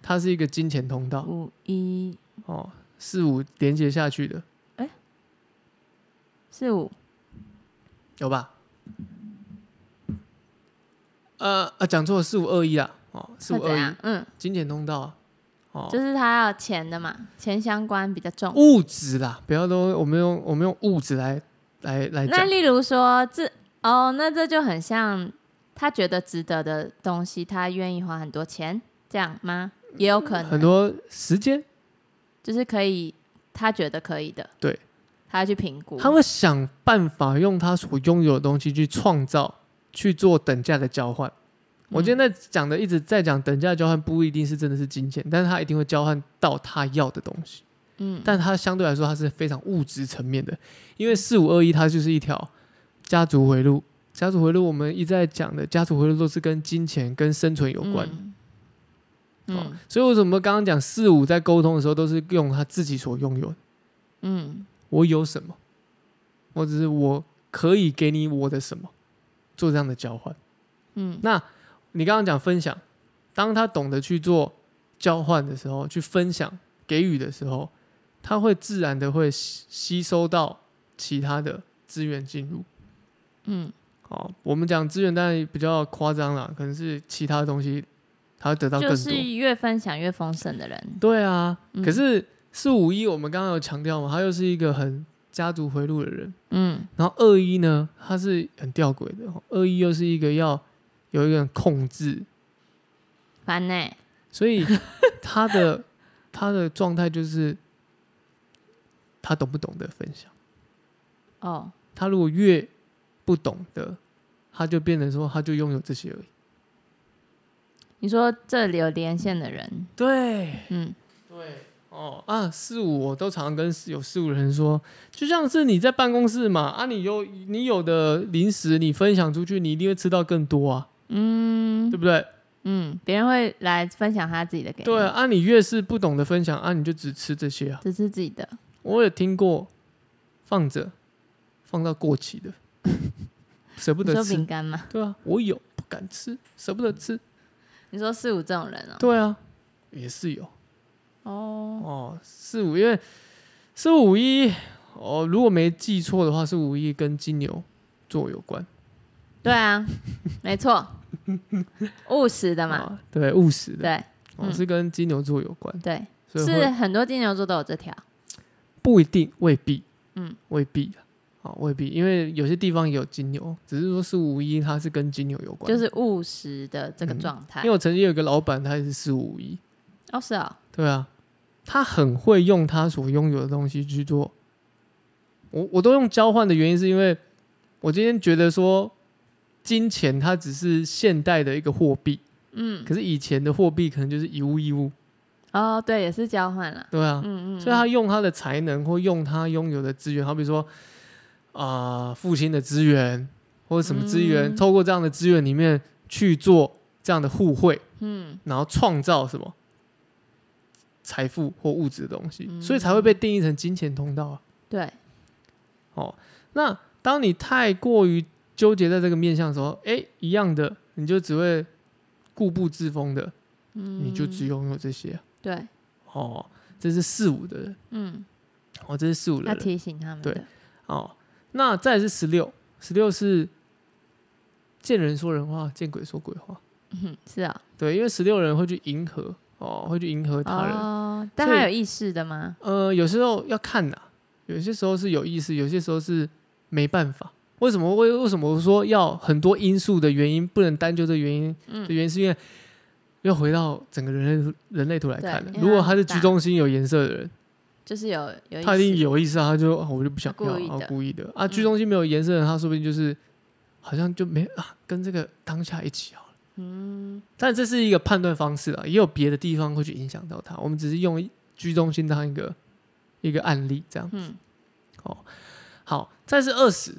Speaker 1: 它是一个金钱通道
Speaker 2: 五一
Speaker 1: 哦，四五连接下去的
Speaker 2: 四五
Speaker 1: 有吧？呃啊，讲错了，四五二一啊，哦，四
Speaker 2: 会
Speaker 1: 五二
Speaker 2: 怎
Speaker 1: 一
Speaker 2: 样？，嗯，
Speaker 1: 金钱通道啊，哦，
Speaker 2: 就是他要钱的嘛，钱相关比较重。
Speaker 1: 物质啦，不要都我们用我们用物质来来来
Speaker 2: 那
Speaker 1: 讲，
Speaker 2: 例如说这哦，那这就很像他觉得值得的东西，他愿意花很多钱，这样吗？也有可能，
Speaker 1: 很多时间
Speaker 2: 就是可以他觉得可以的，
Speaker 1: 对，
Speaker 2: 他要去评估。
Speaker 1: 他会想办法用他所拥有的东西去创造，去做等价的交换。
Speaker 2: 嗯
Speaker 1: 我今天在讲的一直在讲等价交换，不一定是真的是金钱，但是他一定会交换到他要的东西。
Speaker 2: 嗯，
Speaker 1: 但它相对来说它是非常物质层面的，因为四五二一它就是一条家族回路。家族回路我们一再讲的，家族回路都是跟金钱跟生存有关。
Speaker 2: 嗯
Speaker 1: 哦
Speaker 2: 嗯，
Speaker 1: 所以为什么刚刚讲四五在沟通的时候都是用他自己所拥有的？
Speaker 2: 嗯，
Speaker 1: 我有什么？或者是我可以给你我的什么？做这样的交换。
Speaker 2: 嗯，
Speaker 1: 那你刚刚讲分享，当他懂得去做交换的时候，去分享给予的时候，他会自然的会吸吸收到其他的资源进入。
Speaker 2: 嗯，
Speaker 1: 哦，我们讲资源当然比较夸张啦，可能是其他的东西，他会得到更
Speaker 2: 就
Speaker 1: 多。
Speaker 2: 是越分享越丰盛的人，
Speaker 1: 对啊，
Speaker 2: 嗯
Speaker 1: 可是四五一我们刚刚有强调嘛，他又是一个很家族回路的人。
Speaker 2: 嗯
Speaker 1: 然后二一呢，他是很吊诡的、哦，二一又是一个要有一个人控制，
Speaker 2: 烦呢、
Speaker 1: 所以他的他的状态就是他懂不懂得分享。
Speaker 2: 哦，
Speaker 1: 他如果越不懂得，他就变成说他就拥有这些而已。
Speaker 2: 你说这里有连线的人，
Speaker 1: 对
Speaker 2: 嗯，
Speaker 1: 对哦啊，四五我都常常跟有四五人说，就像是你在办公室嘛啊，你有你有的零食你分享出去，你一定会吃到更多啊，
Speaker 2: 嗯
Speaker 1: 对不对？
Speaker 2: 嗯，别人会来分享他自己的给你，
Speaker 1: 对，啊，你越是不懂得分享啊，你就只吃这些啊。
Speaker 2: 只是自己的，
Speaker 1: 我也听过放着放到过期 的，舍不
Speaker 2: 你
Speaker 1: 得
Speaker 2: 说
Speaker 1: 吃
Speaker 2: 饼，干吗？
Speaker 1: 对啊，我有不敢吃，舍不得吃，
Speaker 2: 你说四五这种人哦，
Speaker 1: 对啊，也是有
Speaker 2: 哦，
Speaker 1: 哦，四五因为四五一哦，如果没记错的话，是五一跟金牛座有关
Speaker 2: 对啊，没错， 务实的嘛，
Speaker 1: 啊，对，务实的，
Speaker 2: 对
Speaker 1: 哦，
Speaker 2: 嗯
Speaker 1: 是跟金牛座有关，
Speaker 2: 对，
Speaker 1: 所以
Speaker 2: 是
Speaker 1: 会
Speaker 2: 很多金牛座都有这条，
Speaker 1: 不一定，未必，
Speaker 2: 嗯，
Speaker 1: 未必啊。啊，未必，因为有些地方也有金牛，只是说是五一，它是跟金牛有关，
Speaker 2: 就是务实的这个
Speaker 1: 嗯
Speaker 2: 状态
Speaker 1: 因为。我曾经有一个老板，他也是四五一，
Speaker 2: 哦，是哦，
Speaker 1: 对啊，他很会用他所拥有的东西去做。我我都用交换的原因，是因为我今天觉得说，金钱它只是现代的一个货币，
Speaker 2: 嗯，
Speaker 1: 可是以前的货币可能就是以物易物，
Speaker 2: 哦，对，也是交换了，
Speaker 1: 对啊，
Speaker 2: 嗯嗯，
Speaker 1: 所以他用他的才能或用他拥有的资源，好比说啊、父亲的资源或者什么资源，
Speaker 2: 嗯
Speaker 1: 透过这样的资源里面去做这样的互惠，
Speaker 2: 嗯，
Speaker 1: 然后创造什么财富或物质的东西，
Speaker 2: 嗯
Speaker 1: 所以才会被定义成金钱通道啊。
Speaker 2: 对，
Speaker 1: 哦，那当你太过于纠结在这个面向的时候，哎，一样的，你就只会固步自封的，
Speaker 2: 嗯，
Speaker 1: 你就只拥有这些啊、
Speaker 2: 对，
Speaker 1: 哦。这是四五的人，
Speaker 2: 嗯，
Speaker 1: 哦，这是四五的
Speaker 2: 要
Speaker 1: 人
Speaker 2: 提醒他们的，
Speaker 1: 对哦。那再来是十六，十六是见人说人话，见鬼说鬼话。
Speaker 2: 嗯， 是啊，
Speaker 1: 对，因为十六人会去迎合哦，会去迎合他人。
Speaker 2: 哦，但
Speaker 1: 所以
Speaker 2: 他有意识的吗？
Speaker 1: 呃，有时候要看呐、有些时候是有意思，有些时候是没办法。为什么为为什么我说要很多因素的原因，不能单就这原因
Speaker 2: 嗯
Speaker 1: 的原因，是因为要回到整个人类人类图来
Speaker 2: 对
Speaker 1: 看了
Speaker 2: 因为。
Speaker 1: 如果
Speaker 2: 它
Speaker 1: 他是
Speaker 2: 很
Speaker 1: 居
Speaker 2: 大
Speaker 1: 中心有颜色的人，
Speaker 2: 就是有有意
Speaker 1: 他一定
Speaker 2: 识，
Speaker 1: 有意识啊，他就、啊我就不想
Speaker 2: 故
Speaker 1: 要，
Speaker 2: 意
Speaker 1: 啊
Speaker 2: 的
Speaker 1: 故意的啊。居
Speaker 2: 嗯
Speaker 1: 中心没有颜色的人，他说不定就是好像就没啊，跟这个当下一起好了。
Speaker 2: 嗯，
Speaker 1: 但这是一个判断方式啊，也有别的地方会去影响到他。我们只是用居中心当一个一个案例这样。哦
Speaker 2: 嗯，
Speaker 1: 好，再是二十，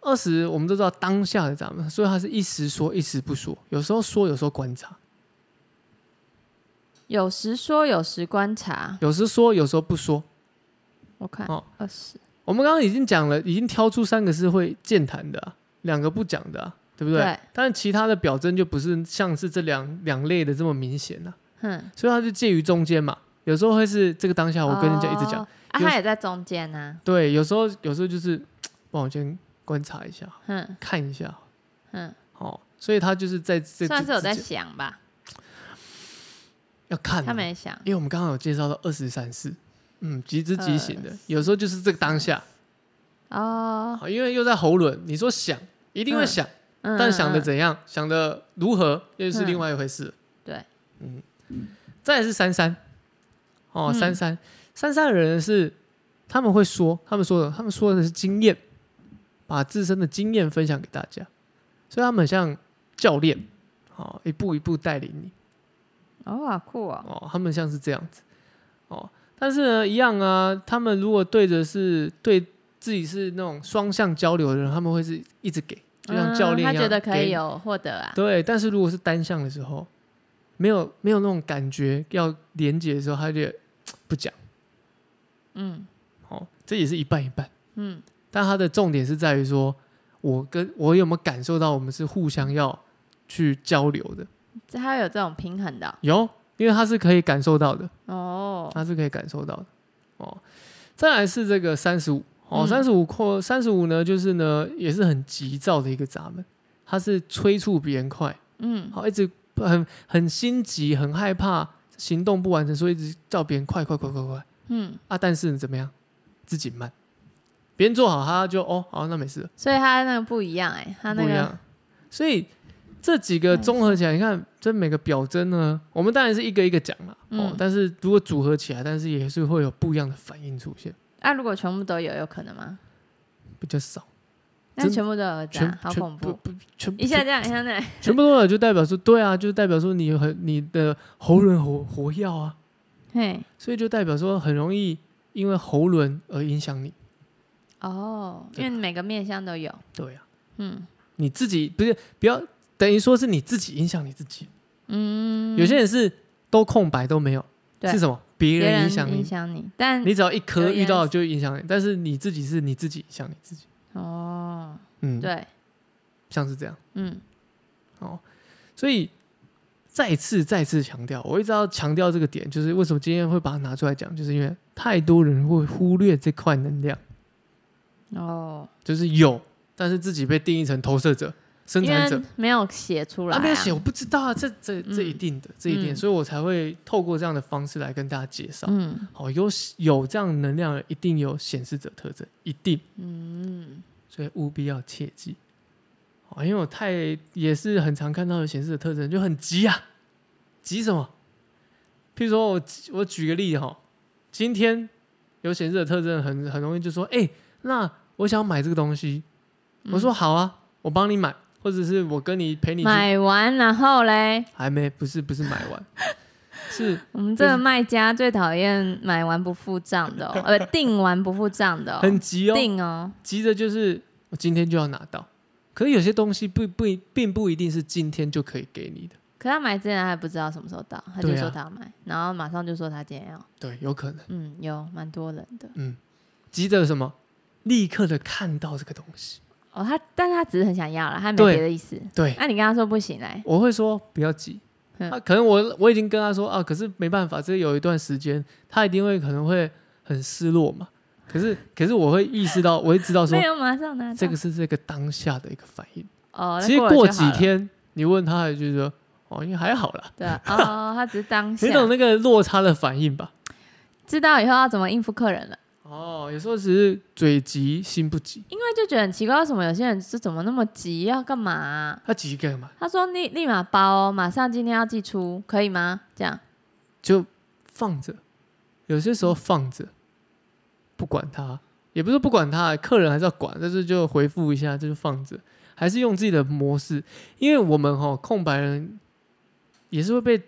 Speaker 1: 二十我们都知道当下的咱们，所以他是一时说一时不说，有时候说，有时候观察，
Speaker 2: 有时说，有时观察，
Speaker 1: 有时说，有时候不说。
Speaker 2: 我看
Speaker 1: 哦
Speaker 2: 二十，
Speaker 1: 我们刚刚已经讲了，已经挑出三个是会健谈的啊、两个不讲的啊、对不对？
Speaker 2: 对
Speaker 1: 但是其他的表征就不是像是这两两类的这么明显了、
Speaker 2: 哼，
Speaker 1: 所以它就介于中间嘛。有时候会是这个当哎下，我跟人家一直讲，
Speaker 2: 哦，啊，
Speaker 1: 有
Speaker 2: 他也在中间啊呐，
Speaker 1: 对，有时候有时候就是，帮我先观察一下，
Speaker 2: 哼
Speaker 1: 看一下，
Speaker 2: 哼，
Speaker 1: 哦，所以他就是在这
Speaker 2: 算是有在
Speaker 1: 这
Speaker 2: 想吧，
Speaker 1: 要看啊、
Speaker 2: 他没想，
Speaker 1: 因为我们刚刚有介绍到二十三四，嗯，即知即行的
Speaker 2: 23，
Speaker 1: 有时候就是这个当下，
Speaker 2: 哦，
Speaker 1: 好因为又在喉轮，你说想一定会想，
Speaker 2: 嗯
Speaker 1: 但想的
Speaker 2: 嗯
Speaker 1: 怎样，想的如何，又是
Speaker 2: 嗯
Speaker 1: 另外一回事。
Speaker 2: 对，
Speaker 1: 嗯，再来是三三，哦，
Speaker 2: 嗯
Speaker 1: 三三三三的人是他们会说，他们说的，他们说的是经验，把自身的经验分享给大家，所以他们很像教练，好、一步一步带领你。
Speaker 2: 哦，好酷哦，
Speaker 1: 哦，他们像是这样子哦。但是呢，一样啊，他们如果对着是对自己是那种双向交流的人，他们会是一直给，就像教练一样、
Speaker 2: 嗯他觉得可
Speaker 1: 给
Speaker 2: 以有获得啊，
Speaker 1: 对。但是如果是单向的时候，没有没有那种感觉要连接的时候，他就嘖不讲
Speaker 2: 嗯
Speaker 1: 哦。这也是一半一半，
Speaker 2: 嗯，
Speaker 1: 但他的重点是在于说，我跟我有没有感受到我们是互相要去交流的？
Speaker 2: 这他有这种平衡的
Speaker 1: 有，因为他是可以感受到的。
Speaker 2: 哦，哦
Speaker 1: 它是可以感受到的哦。再来是这个三十五哦，
Speaker 2: 嗯
Speaker 1: 三十五扩三十五呢，就是呢也是很急躁的一个闸门，它是催促别人快，
Speaker 2: 嗯，
Speaker 1: 好、一直很很心急，很害怕行动不完成，所以一直叫别人快快快快快
Speaker 2: 嗯，
Speaker 1: 啊！但是怎么样，自己慢，别人做好他就哦好，那没事了，
Speaker 2: 所以他那个不一样哎、他那
Speaker 1: 不一
Speaker 2: 个
Speaker 1: 样。所以这几个综合起来，你看这每个表征呢，我们当然是一个一个讲啦。哦
Speaker 2: 嗯，
Speaker 1: 但是如果组合起来，但是也是会有不一样的反应出现，
Speaker 2: 啊，如果全部都有，有可能吗？
Speaker 1: 比较少，
Speaker 2: 那
Speaker 1: 真
Speaker 2: 全部都有这
Speaker 1: 全
Speaker 2: 啊样，好
Speaker 1: 全
Speaker 2: 恐怖！
Speaker 1: 不不全
Speaker 2: 一下这样，一下那样，
Speaker 1: 全部都有，就代表说对啊，就代表说你很你的喉轮活活跃啊，
Speaker 2: 嘿，
Speaker 1: 所以就代表说很容易因为喉轮而影响你。
Speaker 2: 哦，因
Speaker 1: 对
Speaker 2: 为每个面相都有，
Speaker 1: 对啊，
Speaker 2: 嗯
Speaker 1: 你自己不是不要等于说是你自己影响你自己，
Speaker 2: 嗯，
Speaker 1: 有些人是都空白都没有，
Speaker 2: 对
Speaker 1: 是什么？别
Speaker 2: 别
Speaker 1: 人
Speaker 2: 人
Speaker 1: 影响
Speaker 2: 影
Speaker 1: 你，
Speaker 2: 响你，但
Speaker 1: 你只要一颗
Speaker 2: 留言
Speaker 1: 遇到就影响你，但是你自己是你自己影响你自己，
Speaker 2: 哦，
Speaker 1: 嗯，，
Speaker 2: 对，
Speaker 1: 像是这样
Speaker 2: 嗯
Speaker 1: 哦，所以。再次再次强调，我一直要强调这个点，就是为什么今天会把它拿出来讲，就是因为太多人会忽略这块能量，
Speaker 2: 哦，
Speaker 1: 就是有，但是自己被定义成投射者、生
Speaker 2: 因
Speaker 1: 产者
Speaker 2: 为，没有写出来
Speaker 1: 啊，
Speaker 2: 啊，
Speaker 1: 没有写，我不知道啊，这这这一定的，这一定的，
Speaker 2: 嗯
Speaker 1: 所以我才会透过这样的方式来跟大家介绍。
Speaker 2: 嗯
Speaker 1: 好，有有这样能量的，一定有显示者特征，一定，
Speaker 2: 嗯，
Speaker 1: 所以务必要切记。好，因为我太也是很常看到有显示者特征，就很急啊，急什么？譬如说我我举个例哈，今天有显示者特征，很很容易就说，哎、那我想买这个东西，我说好啊，我帮你买，或者是我跟你陪你去
Speaker 2: 买完然后嘞，
Speaker 1: 还没，不是不是买完，是
Speaker 2: 我们这个卖家最讨厌买完不付账 的哦，呃，订完不付账的哦，
Speaker 1: 很急哦，
Speaker 2: 订哦，
Speaker 1: 急着就是我今天就要拿到。可是有些东西不不并不一定是今天就可以给你的，
Speaker 2: 可他买之前他还不知道什么时候到，他就
Speaker 1: 对啊
Speaker 2: 说他要买，然后马上就说他今天要，
Speaker 1: 对，有可能，
Speaker 2: 嗯，有蛮多人的
Speaker 1: 嗯，急着什么，立刻的看到这个东西，
Speaker 2: 哦，他但是他只是很想要了，他没
Speaker 1: 对
Speaker 2: 别的意思。
Speaker 1: 对，
Speaker 2: 那、你跟他说不行欸嘞、
Speaker 1: 我会说不要急。
Speaker 2: 嗯
Speaker 1: 啊，可能我我已经跟他说啊，可是没办法，这有一段时间，他一定会可能会很失落嘛。可是可是我会意识 到，我会知道说
Speaker 2: 没有马上拿到
Speaker 1: 这个是这个当下的一个反应。
Speaker 2: 哦，那
Speaker 1: 其实
Speaker 2: 了就
Speaker 1: 过几
Speaker 2: 好了，
Speaker 1: 天你问他，他就是说哦，应该还好啦。
Speaker 2: 对啊哦，他只是当 下
Speaker 1: 你懂那个落差的反应吧？
Speaker 2: 知道以后要怎么应付客人了，
Speaker 1: 哦，有时候只是嘴急心不急，
Speaker 2: 因为就觉得很奇怪，为什么有些人是怎么那么急要干嘛啊、
Speaker 1: 他急干嘛？
Speaker 2: 他说立立马包、哦，马上今天要寄出，可以吗？这样
Speaker 1: 就放着，有些
Speaker 2: 嗯
Speaker 1: 时候放着，不管他，也不是不管他，客人还是要管，但是就回复一下，这就放着，还是用自己的模式，因为我们哈、空白人也是会被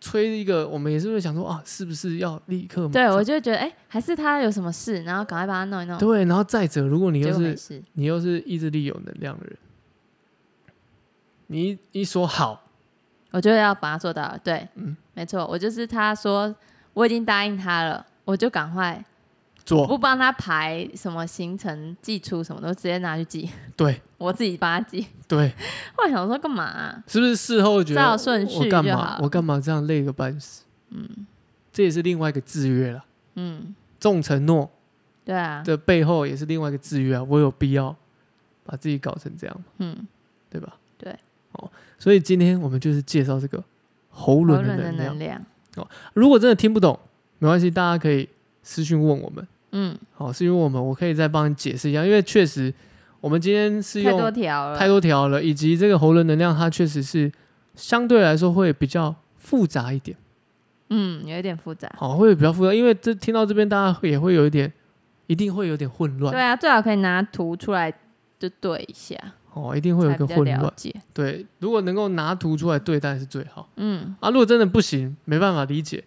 Speaker 1: 催一个，我们也是会想说啊，是不是要立刻马上？
Speaker 2: 对我就觉得哎、还是他有什么事，然后赶快把他弄一弄，
Speaker 1: 对，然后再者，如果你
Speaker 2: 结
Speaker 1: 又
Speaker 2: 果没
Speaker 1: 是
Speaker 2: 事。
Speaker 1: 你又是意志力有能量的人，你一一说好，
Speaker 2: 我觉得要把它做到，对，
Speaker 1: 嗯
Speaker 2: 没错，我就是他说我已经答应他了，我就赶快
Speaker 1: 做，
Speaker 2: 不帮他排什么行程、寄出什么的，我直接拿去寄，
Speaker 1: 对
Speaker 2: 我自己帮他寄。
Speaker 1: 对，
Speaker 2: 后来想说干嘛啊、
Speaker 1: 是不是事后觉
Speaker 2: 照
Speaker 1: 得
Speaker 2: 顺序
Speaker 1: 我干
Speaker 2: 就
Speaker 1: 嘛
Speaker 2: 好
Speaker 1: 我干嘛这样累个半死？嗯，这也是另外一个制约了。
Speaker 2: 嗯，
Speaker 1: 重承诺
Speaker 2: 对啊，
Speaker 1: 的背后也是另外一个制约啊，我有必要把自己搞成这样吗？
Speaker 2: 嗯，
Speaker 1: 对吧？
Speaker 2: 对，
Speaker 1: 哦，所以今天我们就是介绍这个喉
Speaker 2: 讨
Speaker 1: 轮的
Speaker 2: 论的
Speaker 1: 能量
Speaker 2: 能。量，
Speaker 1: 如果真的听不懂，没关系，大家可以私讯问我们。哦
Speaker 2: 嗯，
Speaker 1: 好，是因为我们我可以再帮你解释一下，因为确实我们今天是
Speaker 2: 太多
Speaker 1: 用
Speaker 2: 条了，
Speaker 1: 太多条了，以及这个喉轮能量它确实是相对来说会比较复杂一点，
Speaker 2: 嗯，有一点复杂。
Speaker 1: 好，哦会比较复杂，因为这听到这边大家会也会有一点，一定会有点混
Speaker 2: 对
Speaker 1: 乱，
Speaker 2: 啊，最好可以拿图出来就对一下，
Speaker 1: 哦，一定会有一
Speaker 2: 才
Speaker 1: 个
Speaker 2: 比较
Speaker 1: 混
Speaker 2: 了
Speaker 1: 乱，
Speaker 2: 解。
Speaker 1: 对，如果能够拿图出来对，当然是最好
Speaker 2: 嗯，
Speaker 1: 啊，如果真的不行，没办法理解，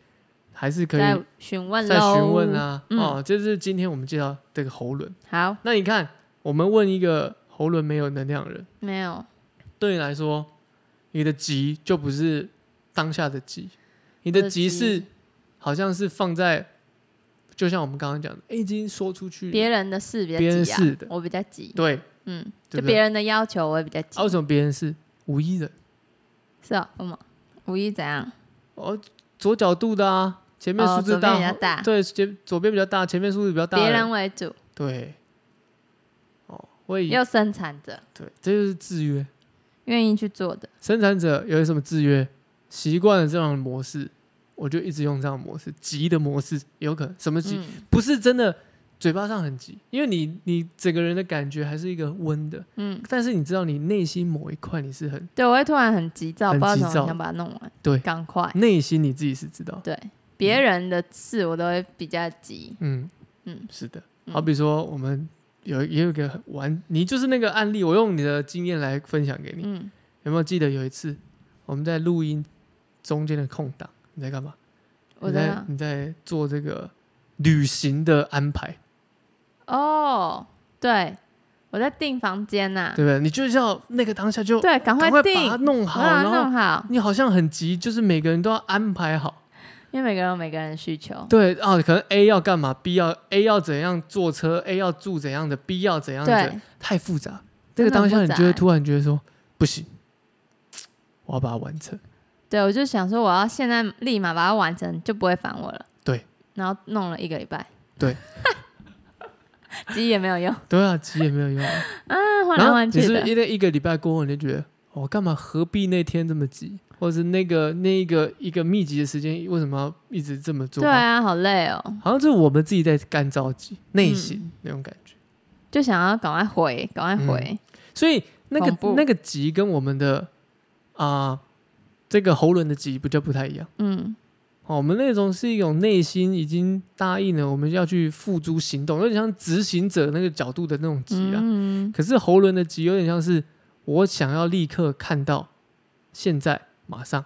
Speaker 1: 还是可
Speaker 2: 再
Speaker 1: 以
Speaker 2: 询问
Speaker 1: 再
Speaker 2: 喽。
Speaker 1: 询问啊，
Speaker 2: 嗯
Speaker 1: 哦，这是今天我们介绍这个喉轮，
Speaker 2: 好，
Speaker 1: 那你看我们问一个喉轮没有能量的人。
Speaker 2: 没有，
Speaker 1: 对你来说，你的急就不是当下的急，你的急
Speaker 2: 我的
Speaker 1: 是
Speaker 2: 急
Speaker 1: 好像是放在，就像我们刚刚讲的，哎诶已经说出去了，
Speaker 2: 别人的事比
Speaker 1: 嗯
Speaker 2: 较
Speaker 1: 别人
Speaker 2: 急啊
Speaker 1: 事的
Speaker 2: 我比较急。
Speaker 1: 对，
Speaker 2: 嗯，
Speaker 1: 对
Speaker 2: 就
Speaker 1: 不对
Speaker 2: 别人的要求我也比较急
Speaker 1: 啊，。为什么别人是无意的？
Speaker 2: 是哦，嗯，五一怎样？
Speaker 1: 哦，左角度的啊，前面
Speaker 2: 哦
Speaker 1: 数字
Speaker 2: 左
Speaker 1: 大，
Speaker 2: 边比较大
Speaker 1: 对，前左边比较大，前面数字比较大的，
Speaker 2: 别人为主，
Speaker 1: 对，哦，我也
Speaker 2: 又生产者
Speaker 1: 对，这就是制约。
Speaker 2: 愿意去做的，
Speaker 1: 生产者有什么制约？习惯了这样的模式，我就一直用这样的模式，急的模式，有可能什么急？
Speaker 2: 嗯，
Speaker 1: 不是真的嘴巴上很急，因为你你整个人的感觉还是一个温的，
Speaker 2: 嗯，
Speaker 1: 但是你知道你内心某一块你是很
Speaker 2: 对我会突然很急躁，
Speaker 1: 很
Speaker 2: 不知道
Speaker 1: 急
Speaker 2: 怎么
Speaker 1: 躁
Speaker 2: 想把它弄完，
Speaker 1: 对嗯
Speaker 2: 赶快，
Speaker 1: 内心你自己是知道，
Speaker 2: 对别人的事我都会比较急，
Speaker 1: 嗯
Speaker 2: 嗯
Speaker 1: 是的。
Speaker 2: 嗯
Speaker 1: 好比说我们有也有一个很玩，你就是那个案例，我用你的经验来分享给你。
Speaker 2: 嗯，
Speaker 1: 有没有记得有一次我们在录音中间的空档，你在干嘛？
Speaker 2: 我
Speaker 1: 你
Speaker 2: 在
Speaker 1: 在
Speaker 2: 哪
Speaker 1: 你在做这个旅行的安排，
Speaker 2: 哦，对我在订房间呐、
Speaker 1: 对不对？你就是要那个当下就
Speaker 2: 啊对，赶
Speaker 1: 赶
Speaker 2: 快
Speaker 1: 把
Speaker 2: 订，
Speaker 1: 它弄好，
Speaker 2: 我
Speaker 1: 然
Speaker 2: 把它弄
Speaker 1: 后
Speaker 2: 好，
Speaker 1: 你好像很急，就是每个人都要安排好。
Speaker 2: 因为每个人有每个人的需求，
Speaker 1: 对啊，可能 A 要干嘛，B 要 A 要怎样坐车，A 要住怎样的，B 要怎样的
Speaker 2: 对，，
Speaker 1: 太复杂。这
Speaker 2: 真
Speaker 1: 个
Speaker 2: 的
Speaker 1: 当
Speaker 2: 很
Speaker 1: 下
Speaker 2: 复
Speaker 1: 你
Speaker 2: 杂
Speaker 1: 就会
Speaker 2: 欸
Speaker 1: 突然觉得说不行，我要把它完成。
Speaker 2: 对，我就想说，我要现在立马把它完成，就不会烦我了。
Speaker 1: 对，
Speaker 2: 然后弄了一个礼拜，
Speaker 1: 对，
Speaker 2: 急也没有用，
Speaker 1: 对啊，急也没有用啊。
Speaker 2: 那 换
Speaker 1: 然
Speaker 2: 来
Speaker 1: 后
Speaker 2: 换
Speaker 1: 你
Speaker 2: 去
Speaker 1: 是
Speaker 2: 的，
Speaker 1: 一个一个礼拜过后，你就觉得我、哦、干嘛何必那天这么急，或者是那个那一个一个密集的时间，为什么要一直这么做？
Speaker 2: 对啊，好累哦，
Speaker 1: 好像是我们自己在干着急，内
Speaker 2: 嗯
Speaker 1: 心、那种感觉。
Speaker 2: 就想要赶快回，赶快回，
Speaker 1: 所以那
Speaker 2: 恐
Speaker 1: 个
Speaker 2: 怖
Speaker 1: 那个急跟我们的啊、这个喉轮的急不就不太一样。
Speaker 2: 嗯
Speaker 1: 哦，我们那种是一种内心已经答应了，我们要去付诸行动，有点像执行者那个角度的那种急啊。
Speaker 2: 嗯，
Speaker 1: 可是喉轮的急有点像是我想要立刻看到，现在马上，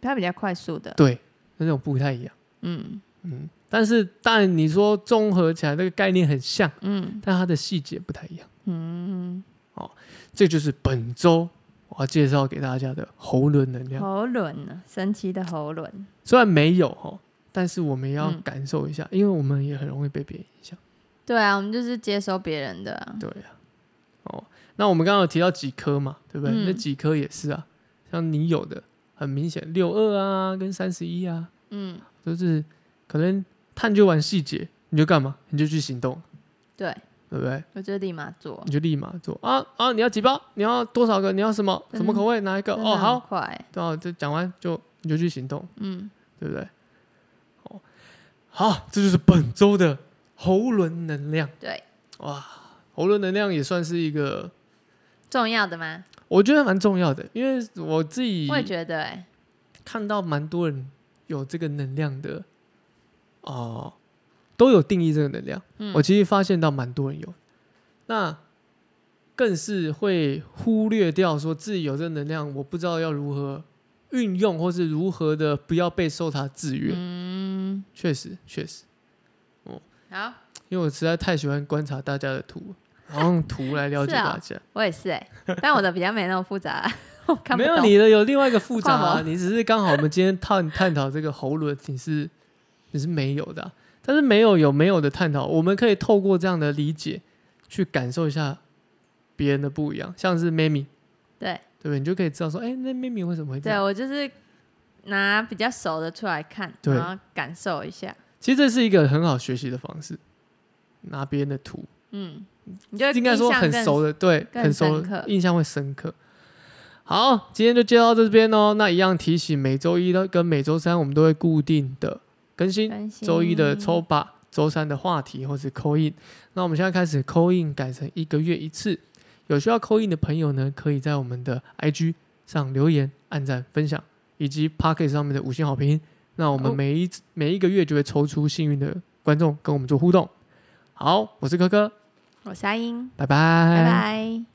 Speaker 2: 它比较快速的，
Speaker 1: 对，那种不太一样。
Speaker 2: 嗯
Speaker 1: 嗯，但是当然你说综合起来这个概念很像，
Speaker 2: 嗯
Speaker 1: 但它的细节不太一样。
Speaker 2: 嗯，
Speaker 1: 这就是本周我要介绍给大家的喉轮能量。
Speaker 2: 喉轮呢，神奇的喉轮，
Speaker 1: 虽然没有哈，但是我们也要
Speaker 2: 嗯
Speaker 1: 感受一下，因为我们也很容易被别人影响。
Speaker 2: 对啊，我们就是接收别人的啊、
Speaker 1: 对啊，哦，那我们刚刚有提到几颗嘛，对不对？
Speaker 2: 嗯
Speaker 1: 那几颗也是啊，像你有的很明显六二啊，跟三十一啊，
Speaker 2: 嗯，
Speaker 1: 就是可能探究完细节，你就干嘛？你就去行动，
Speaker 2: 对，
Speaker 1: 对不对？
Speaker 2: 我就立马做，
Speaker 1: 你就立马做啊啊！你要几包？你要多少个？你要什么
Speaker 2: 真
Speaker 1: 什
Speaker 2: 的
Speaker 1: 么口味？哪一个？
Speaker 2: 嗯真的
Speaker 1: 哦，
Speaker 2: 很
Speaker 1: 好，
Speaker 2: 快，
Speaker 1: 对啊，就讲完就你就去行动，
Speaker 2: 嗯，
Speaker 1: 对不对？哦，好，这就是本周的喉轮能量。
Speaker 2: 对，
Speaker 1: 哇，喉轮能量也算是一个，
Speaker 2: 重要的吗？
Speaker 1: 我觉得蛮重要的，因为我自己
Speaker 2: 我也觉得、欸，
Speaker 1: 看到蛮多人有这个能量的，哦、都有定义这个能量。
Speaker 2: 嗯
Speaker 1: 我其实发现到蛮多人有，那更是会忽略掉说自己有这个能量，我不知道要如何运用，或是如何的不要被受它制约。
Speaker 2: 嗯，
Speaker 1: 确实，确实，
Speaker 2: 好。
Speaker 1: 因为我实在太喜欢观察大家的图，然后用图来了解
Speaker 2: 是啊
Speaker 1: 大家。
Speaker 2: 我也是哎、但我的比较没那么复杂，啊 我看不
Speaker 1: 没有
Speaker 2: 懂
Speaker 1: 你的有另外一个复杂、
Speaker 2: 干
Speaker 1: 啊，
Speaker 2: 嘛
Speaker 1: 你只是刚好我们今天探探讨这个喉轮，你是你是没有的啊、但是没有有没有的探讨，我们可以透过这样的理解去感受一下别人的不一样，像是 Mimi
Speaker 2: 对
Speaker 1: 对不对？你就可以知道说，哎、那 Mimi 为什么会这
Speaker 2: 对，
Speaker 1: 样？
Speaker 2: 我就是拿比较熟的出来看，
Speaker 1: 对
Speaker 2: 然后感受一下，
Speaker 1: 其实这是一个很好学习的方式，拿别人的图，
Speaker 2: 嗯，你就会
Speaker 1: 应该说
Speaker 2: 印象
Speaker 1: 很
Speaker 2: 更
Speaker 1: 熟的，对，
Speaker 2: 更
Speaker 1: 很熟
Speaker 2: 深刻
Speaker 1: 的，印象会深刻。好，今天就介绍到这边哦。那一样提醒，每周一到跟每周三我们都会固定的更新。
Speaker 2: 更新
Speaker 1: 周一的抽，把，周三的话题或是扣印。那我们现在开始扣印，改成一个月一次。有需要扣印的朋友呢，可以在我们的 IG 上留言、按赞、分享，以及 Pocket 上面的五星好评。那我们
Speaker 2: 哦
Speaker 1: 每一、每一个月就会抽出幸运的观众跟我们做互动。好，我是柯柯，
Speaker 2: 我是阿英，
Speaker 1: 拜
Speaker 2: 拜拜。